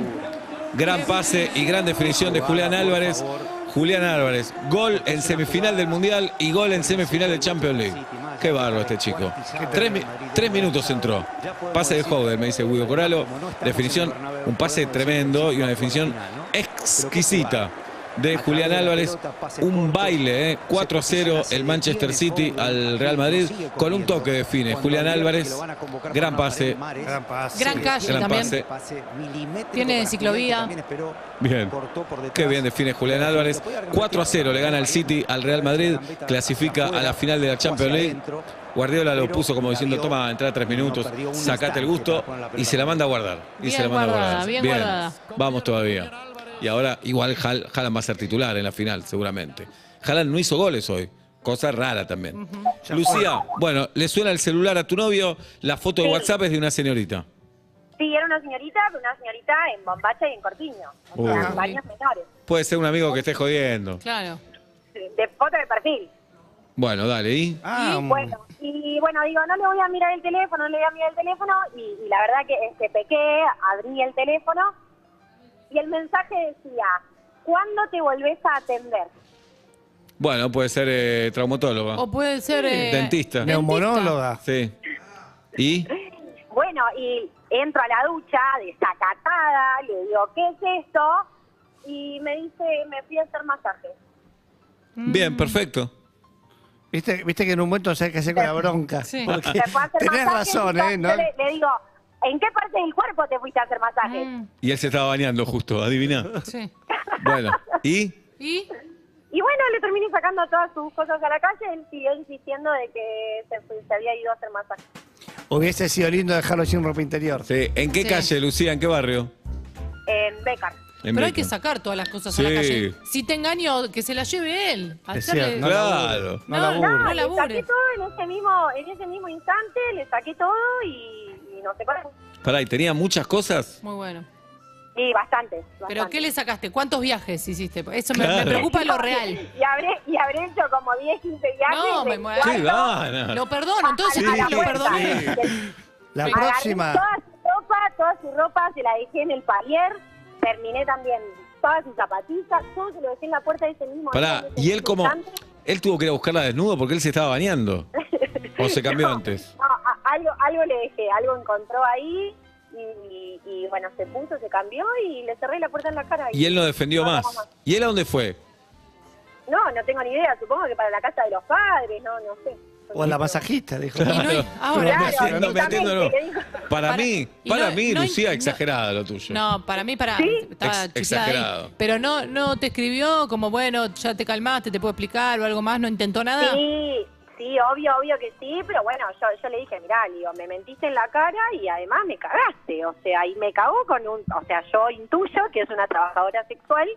Speaker 4: Gran pase y gran definición de Julián Álvarez. Julián Álvarez, gol en semifinal del Mundial y gol en semifinal de Champions League. Qué barro este chico. Tres, mi- tres minutos entró. Pase de Howder, me dice Guido Coralo. Definición, un pase tremendo y una definición exquisita de Julián Álvarez. Un baile, eh. 4 a 0 el Manchester City al Real Madrid. Con un toque define Julián Álvarez. Gran pase.
Speaker 3: Gran pase.
Speaker 5: Gran calle
Speaker 4: Gran
Speaker 5: también.
Speaker 4: pase.
Speaker 5: Tiene ciclovía.
Speaker 4: Bien. Qué bien define Julián Álvarez. 4 a 0 le gana el City al Real Madrid. Clasifica a la final de la Champions League. Guardiola lo puso como diciendo, toma, entra tres minutos, sacate el gusto y se la manda a guardar. Y se la
Speaker 5: Bien
Speaker 4: manda a
Speaker 5: guardada,
Speaker 4: guardar.
Speaker 5: bien guardada.
Speaker 4: vamos todavía. Y ahora igual Hal- Haaland va a ser titular en la final, seguramente. Haaland no hizo goles hoy, cosa rara también. Lucía, bueno, le suena el celular a tu novio, la foto de
Speaker 8: Sí.
Speaker 4: WhatsApp es de una señorita.
Speaker 8: Sí, era una señorita, pero una señorita en bombacha y en corpiño. O sea,
Speaker 5: Oh.
Speaker 4: Uy.
Speaker 8: varios menores.
Speaker 4: Puede ser un amigo que esté jodiendo.
Speaker 5: Claro.
Speaker 8: De foto de perfil.
Speaker 4: Bueno, dale, ¿y?
Speaker 3: Ah,
Speaker 8: Y bueno, y bueno, digo, no le voy a mirar el teléfono, no le voy a mirar el teléfono, y, y la verdad que este, pequé, abrí el teléfono, y el mensaje decía, ¿cuándo te volvés a atender?
Speaker 4: Bueno, puede ser eh, traumatóloga.
Speaker 5: O puede ser. eh,
Speaker 4: Dentista.
Speaker 3: neumonóloga.
Speaker 4: Sí. ¿Y?
Speaker 8: Bueno, y entro a la ducha, desacatada, le digo, ¿qué es esto? Y me dice, me fui a hacer masaje.
Speaker 4: Bien, perfecto.
Speaker 3: ¿Viste, viste que en un momento se hay que hacer con la bronca.
Speaker 5: Sí.
Speaker 3: Porque
Speaker 8: Se fue a hacer
Speaker 3: Ah, tenés
Speaker 8: masaje,
Speaker 3: razón,
Speaker 8: yo
Speaker 3: ¿eh? No-
Speaker 8: le, le digo, ¿en qué parte del cuerpo te fuiste a hacer masaje?
Speaker 5: Mm,
Speaker 4: Y él se estaba bañando justo, adivina.
Speaker 5: sí.
Speaker 4: Bueno, ¿y?
Speaker 5: ¿Y?
Speaker 8: Y bueno, le terminé sacando todas sus cosas a la calle, él siguió insistiendo de que se, fue- se había ido a hacer masaje.
Speaker 3: Hubiese sido lindo dejarlo sin ropa interior.
Speaker 4: Sí, ¿En qué
Speaker 5: Sí.
Speaker 4: calle, Lucía? ¿En qué barrio?
Speaker 8: En eh, Becar.
Speaker 4: En
Speaker 5: Pero hay
Speaker 4: Brighton.
Speaker 5: que sacar todas las cosas
Speaker 4: Sí.
Speaker 5: a la calle. Si te engañó, que se la lleve él.
Speaker 3: Es
Speaker 5: Hacerle-
Speaker 3: cierto, no
Speaker 4: Claro.
Speaker 3: No
Speaker 5: No,
Speaker 3: laburo.
Speaker 5: no.
Speaker 8: le
Speaker 5: labure.
Speaker 8: saqué todo en ese mismo, en ese mismo instante, le saqué todo y, y nos separamos.
Speaker 4: Pará, ¿y tenía muchas cosas?
Speaker 5: Muy bueno.
Speaker 8: Y bastante.
Speaker 5: ¿Pero
Speaker 8: bastante.
Speaker 5: qué le sacaste? ¿Cuántos viajes hiciste? Eso me, me
Speaker 4: Claro.
Speaker 5: preocupa lo real.
Speaker 8: Y habré, y habré hecho como 10, 15 viajes.
Speaker 5: No, me
Speaker 8: del
Speaker 5: muero.
Speaker 8: cuarto
Speaker 4: ¡Qué gana!
Speaker 5: Lo perdono, entonces
Speaker 8: a la
Speaker 5: lo
Speaker 8: vuelta.
Speaker 5: perdoné.
Speaker 3: La
Speaker 5: Sí.
Speaker 8: Agarré
Speaker 3: próxima.
Speaker 8: Toda su ropa, toda su ropa se la dejé en el palier. Terminé también todas sus zapatillas, todo se lo dejé en la puerta de ese mismo.
Speaker 4: Pará,
Speaker 8: hotel, de
Speaker 4: ¿y
Speaker 8: ese
Speaker 4: él cómo?
Speaker 8: instante.
Speaker 4: Él tuvo que ir a buscarla desnudo porque él se estaba bañando. ¿O se cambió
Speaker 8: No,
Speaker 4: antes?
Speaker 8: no, a- algo, algo le dejé, algo encontró ahí. Y, y, bueno, se puso, se cambió y le cerré la puerta en la cara.
Speaker 4: Y él no defendió
Speaker 8: No,
Speaker 4: más. ¿Y él a dónde fue?
Speaker 8: No, no tengo ni idea. Supongo que para la casa de los padres, no, no sé.
Speaker 3: O la masajista, dijo.
Speaker 5: Y no hay- ahora.
Speaker 8: Claro,
Speaker 4: No, metiéndolo.
Speaker 8: exactamente, le digo.
Speaker 4: Para
Speaker 5: Para-
Speaker 4: mí,
Speaker 5: y
Speaker 4: para
Speaker 5: no-
Speaker 4: mí,
Speaker 5: no-
Speaker 4: Lucía,
Speaker 5: no-
Speaker 4: exagerada lo tuyo.
Speaker 5: No, para mí, para. Estaba
Speaker 4: Ex-
Speaker 5: chiflada ahí.
Speaker 4: exagerado.
Speaker 5: Pero no, no te escribió como, bueno, ya te calmaste, te puedo explicar o algo más, no intentó nada.
Speaker 8: Sí, sí, obvio, obvio que sí, pero bueno, yo, yo le dije, mirá, le digo, me mentiste en la cara y además me cagaste, o sea, y me cagó con un, o sea, yo intuyo que es una trabajadora sexual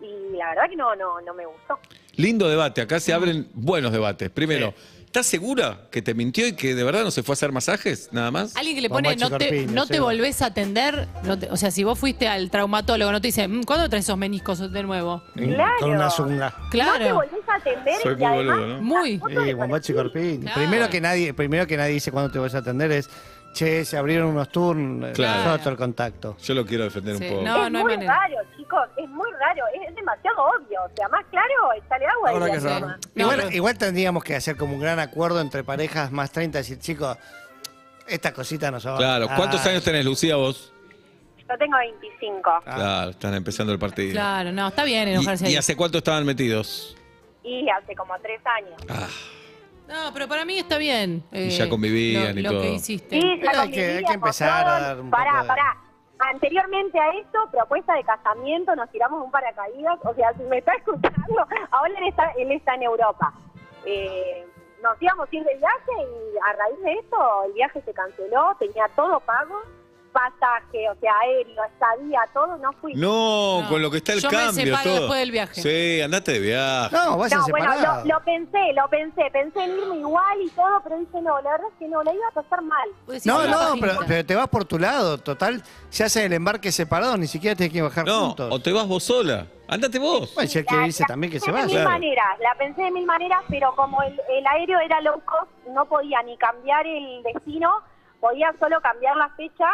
Speaker 8: y la verdad que no, no, no me gustó.
Speaker 4: Lindo debate, acá se abren buenos debates. Primero, ¿estás segura que te mintió y que de verdad no se fue a hacer masajes? Nada más.
Speaker 5: Alguien que le
Speaker 3: Con
Speaker 5: pone,
Speaker 3: Bachi
Speaker 5: no te,
Speaker 3: Carpiño,
Speaker 5: no te
Speaker 3: sí.
Speaker 5: volvés a atender, no te- o sea, si vos fuiste al traumatólogo, no te dice, "Mm, ¿cuándo traes esos meniscos de nuevo?
Speaker 8: Claro.
Speaker 3: Con una zunga.
Speaker 8: No te
Speaker 5: Claro,
Speaker 8: volvés a atender
Speaker 4: Soy
Speaker 8: y
Speaker 4: muy
Speaker 8: además...
Speaker 4: boludo, ¿no?
Speaker 5: muy.
Speaker 8: Foto
Speaker 3: Eh,
Speaker 8: de
Speaker 3: bombacho y
Speaker 8: perfil.
Speaker 3: corpiño.
Speaker 5: Claro.
Speaker 3: Primero que nadie, primero que nadie dice cuándo te vas a atender es, che, se abrieron unos eh, turnos,
Speaker 4: Claro.
Speaker 3: nosotros el contacto.
Speaker 4: Yo lo quiero defender
Speaker 5: Sí,
Speaker 4: un poco.
Speaker 5: no.
Speaker 8: es muy
Speaker 5: manera.
Speaker 8: raro, chicos, es muy raro, es, es demasiado obvio, o sea, más claro, sale agua.
Speaker 9: Ahora
Speaker 8: del
Speaker 9: que es
Speaker 8: diagrama.
Speaker 9: raro.
Speaker 5: No,
Speaker 3: igual,
Speaker 5: no.
Speaker 3: igual tendríamos que hacer como un gran acuerdo entre parejas más 30 y decir, chicos, estas cositas nos van
Speaker 4: Claro, ¿cuántos años tenés, Lucía, vos?
Speaker 8: Yo tengo 25
Speaker 3: Ah.
Speaker 4: Claro, están empezando el partido.
Speaker 5: Claro, no, está bien enojarse
Speaker 4: ¿Y, y
Speaker 5: ahí.
Speaker 4: hace cuánto estaban metidos?
Speaker 8: y hace como 3 años.
Speaker 4: Ah,
Speaker 5: No, pero para mí está bien. eh,
Speaker 4: ya convivían
Speaker 5: lo,
Speaker 4: y
Speaker 5: lo
Speaker 4: todo.
Speaker 5: que hiciste.
Speaker 8: Sí,
Speaker 3: Pero
Speaker 8: ya
Speaker 3: hay que- hay que
Speaker 8: convivíamos
Speaker 3: empezar a
Speaker 8: todos.
Speaker 3: dar un
Speaker 8: pará,
Speaker 3: poco de-
Speaker 8: Pará, Anteriormente a esto, propuesta de casamiento, nos tiramos un paracaídas. O sea, si me está escuchando, ahora él está, él está en Europa. Eh, nos íbamos a ir de viaje y a raíz de eso el viaje se canceló, tenía todo pago, pasaje, o sea, aéreo, estadía, todo, no fui.
Speaker 4: No,
Speaker 7: No.
Speaker 4: con lo que está el
Speaker 7: Yo me
Speaker 4: cambio.
Speaker 7: separo
Speaker 4: todo.
Speaker 7: después del viaje.
Speaker 4: Sí, andate de viaje.
Speaker 3: No, vas a
Speaker 8: No, bueno,
Speaker 3: separar.
Speaker 8: lo, lo pensé, lo pensé, pensé en irme igual y todo, pero dije no, la verdad es que no, la iba a pasar mal.
Speaker 7: Vos decís,
Speaker 3: No,
Speaker 7: "Hola,
Speaker 3: no,
Speaker 7: pajita".
Speaker 3: pero, pero te vas por tu lado, total. Se hace el embarque separado, ni siquiera tienes que bajar
Speaker 4: No,
Speaker 3: juntos.
Speaker 4: o te vas vos sola. Andate vos.
Speaker 3: Bueno, si el que
Speaker 8: La-
Speaker 3: dice
Speaker 8: la
Speaker 3: también que
Speaker 8: pensé
Speaker 3: se
Speaker 8: De
Speaker 3: vaya.
Speaker 8: mil
Speaker 4: claro.
Speaker 8: maneras, la pensé de mil maneras, pero como el, el aéreo era low cost, no podía ni cambiar el destino, podía solo cambiar la fecha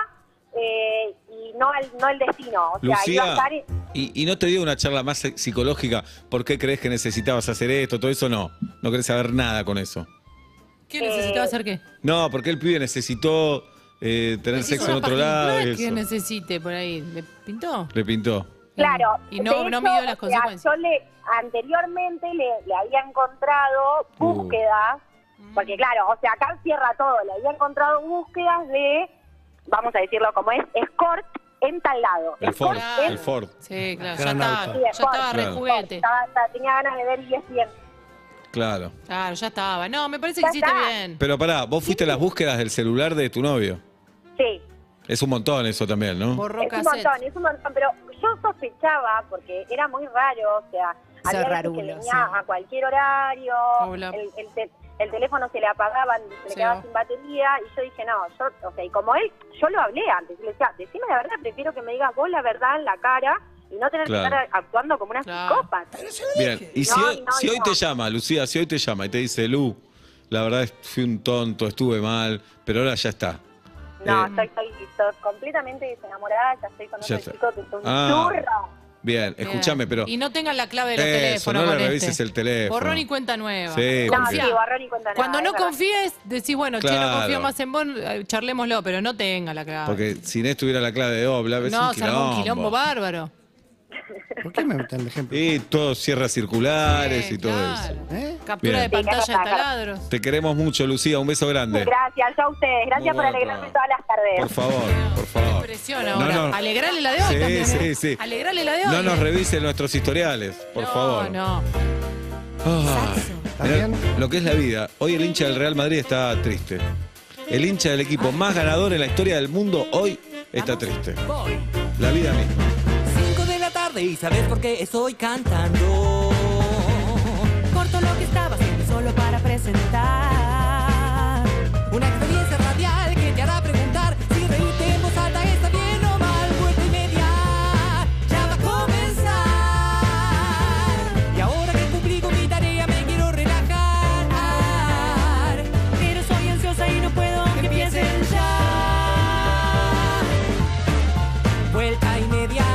Speaker 8: eh, y no el, no el destino. O sea, iba a
Speaker 4: Lucía,
Speaker 8: estar.
Speaker 4: y, y no te dio una charla más eh, psicológica. ¿Por qué crees que necesitabas hacer esto? Todo eso no. No querés saber nada con eso.
Speaker 7: ¿Qué
Speaker 8: eh,
Speaker 7: necesitaba hacer qué?
Speaker 4: No, porque el pibe necesitó eh, tener
Speaker 7: Necesito
Speaker 4: sexo en
Speaker 7: una
Speaker 4: otro lado.
Speaker 7: pajita
Speaker 4: y
Speaker 7: que
Speaker 4: eso.
Speaker 7: necesite por ahí. ¿Le pintó?
Speaker 4: Le pintó.
Speaker 8: Claro.
Speaker 7: Y no,
Speaker 8: de
Speaker 7: no
Speaker 8: hecho,
Speaker 7: midió
Speaker 8: o sea,
Speaker 7: las consecuencias.
Speaker 8: Yo le, anteriormente le, le había encontrado
Speaker 4: Uh.
Speaker 8: búsquedas,
Speaker 7: Mm.
Speaker 8: porque claro, o sea, acá cierra todo, le había encontrado búsquedas de, vamos a decirlo como es, escort en tal lado.
Speaker 4: El Ford.
Speaker 7: Claro.
Speaker 4: El Ford.
Speaker 7: Sí, claro. Ya
Speaker 3: Gran
Speaker 7: estaba,
Speaker 3: auto.
Speaker 7: ya estaba re
Speaker 4: Claro.
Speaker 7: juguete.
Speaker 8: Estaba- estaba- Ah, tenía ganas de ver y es bien.
Speaker 4: Claro.
Speaker 7: Claro, ya estaba. No, me parece que
Speaker 8: Ya
Speaker 7: hiciste
Speaker 8: está.
Speaker 7: bien.
Speaker 4: Pero pará, vos fuiste a las búsquedas del celular de tu novio.
Speaker 8: Sí,
Speaker 4: Es un montón eso también, ¿no?
Speaker 7: Borró
Speaker 8: es un
Speaker 7: cassette.
Speaker 8: montón, es un montón, pero yo sospechaba porque era muy raro, o sea, había veces que
Speaker 5: rarulo,
Speaker 8: venía
Speaker 5: sí.
Speaker 8: a cualquier horario,
Speaker 7: Hola.
Speaker 8: el, el te- el teléfono se le apagaba, se le
Speaker 7: Sí.
Speaker 8: quedaba sin batería, y yo dije, no, yo, o sea, y como él, yo lo hablé antes, y le decía, decime la verdad, prefiero que me digas vos la verdad en la cara y no tener
Speaker 4: Claro.
Speaker 8: que estar actuando como una
Speaker 7: Claro.
Speaker 8: psicópata.
Speaker 4: Bien, y si,
Speaker 8: No,
Speaker 4: hoy,
Speaker 8: no,
Speaker 4: si hoy
Speaker 8: no.
Speaker 4: te llama, Lucía, si hoy te llama y te dice, Lu, la verdad es- fui un tonto, estuve mal, pero ahora ya está.
Speaker 8: No,
Speaker 4: Eh,
Speaker 8: estoy, estoy- estoy completamente desenamorada, ya estoy con
Speaker 4: Ya
Speaker 8: otro
Speaker 4: está.
Speaker 8: chico que es un
Speaker 4: Ah.
Speaker 8: churro.
Speaker 4: Bien,
Speaker 7: Bien.
Speaker 4: escúchame, pero...
Speaker 7: Y no tengan la clave de los
Speaker 4: Eso,
Speaker 7: teléfonos.
Speaker 4: no le
Speaker 7: con
Speaker 4: revises
Speaker 7: este.
Speaker 4: el teléfono.
Speaker 7: Borrón y cuenta nueva.
Speaker 4: Sí,
Speaker 8: No,
Speaker 4: confía.
Speaker 8: sí, borrón y cuenta nueva,
Speaker 7: Cuando no
Speaker 8: es verdad.
Speaker 7: confíes, decís, bueno, che,
Speaker 4: Claro.
Speaker 7: no confío más en vos, eh, charlémoslo, pero no tenga la clave.
Speaker 4: Porque si no tuviera la clave de doble, a veces
Speaker 7: no,
Speaker 4: un
Speaker 7: se armó
Speaker 4: quilombo.
Speaker 7: un quilombo bárbaro.
Speaker 3: ¿Por qué me meten el ejemplo?
Speaker 4: Y todos cierras circulares
Speaker 7: Sí,
Speaker 4: y todo eso.
Speaker 7: claro.
Speaker 3: ¿Eh?
Speaker 7: Captura
Speaker 4: Bien.
Speaker 7: de
Speaker 4: Sí,
Speaker 7: pantalla de
Speaker 8: claro.
Speaker 7: taladros.
Speaker 4: Te queremos mucho, Lucía, un beso grande.
Speaker 8: Gracias, yo a ustedes, gracias por
Speaker 4: bueno,
Speaker 8: alegrarme
Speaker 4: claro.
Speaker 8: todas las tardes.
Speaker 4: Por favor, por favor.
Speaker 7: Presión
Speaker 4: No,
Speaker 7: ahora.
Speaker 4: no.
Speaker 7: Alegrale la de hoy
Speaker 4: Sí,
Speaker 7: también,
Speaker 4: sí,
Speaker 7: ¿eh?
Speaker 4: sí.
Speaker 7: Alegrale la de hoy.
Speaker 4: No nos
Speaker 7: ¿eh?
Speaker 4: revisen nuestros historiales, por
Speaker 7: No,
Speaker 4: favor.
Speaker 7: No,
Speaker 4: Ah,
Speaker 3: ¿Está
Speaker 4: mirá
Speaker 3: bien?
Speaker 4: lo que es la vida. Hoy el hincha del Real Madrid está triste. El hincha del equipo más ganador en la historia del mundo hoy está triste. La vida misma.
Speaker 5: 5 de la tarde y sabes por qué estoy cantando. Corto lo que estaba haciendo solo para presentar. Una experiencia radial que te hará preguntar si reírte en voz alta está bien o mal. Vuelta y media ya va a comenzar. Y ahora que cumplí con mi tarea me quiero relajar. Pero soy ansiosa y no puedo que empiecen ya vuelta y media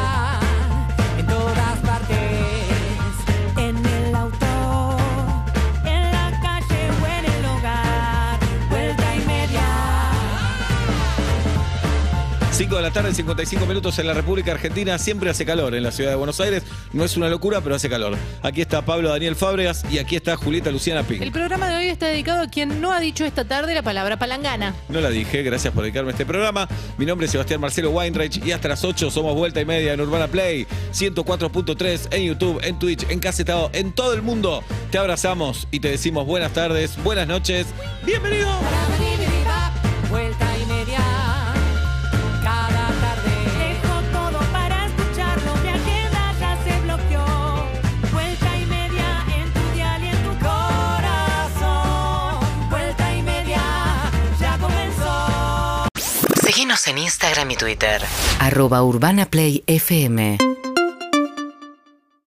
Speaker 5: en todas partes, en el auto, en la calle o en el hogar, vuelta y media.
Speaker 4: 5 de la tarde, 55 minutos en la República Argentina. Siempre hace calor en la ciudad de Buenos Aires. No es una locura, pero hace calor. Aquí está Pablo Daniel Fábregas y aquí está Julieta Luciana
Speaker 7: El
Speaker 4: Pink.
Speaker 7: programa de hoy está dedicado a quien no ha dicho esta tarde la palabra palangana.
Speaker 4: No la dije, gracias por dedicarme a este programa. Mi nombre es Sebastián Marcelo Weinreich y hasta las 8 somos vuelta y media en Urbana Play 104.3 en YouTube, en Twitch, en Casetado, en todo el mundo. Te abrazamos y te decimos buenas tardes, buenas noches. ¡Bienvenido!
Speaker 5: Vuelta y media, cada tarde. Dejo todo para escucharlo, mi agenda ya se bloqueó. Vuelta y media en tu dial y en tu corazón. Vuelta y media, ya comenzó.
Speaker 1: Seguinos en Instagram y Twitter.
Speaker 2: arroba urbanaplayfm.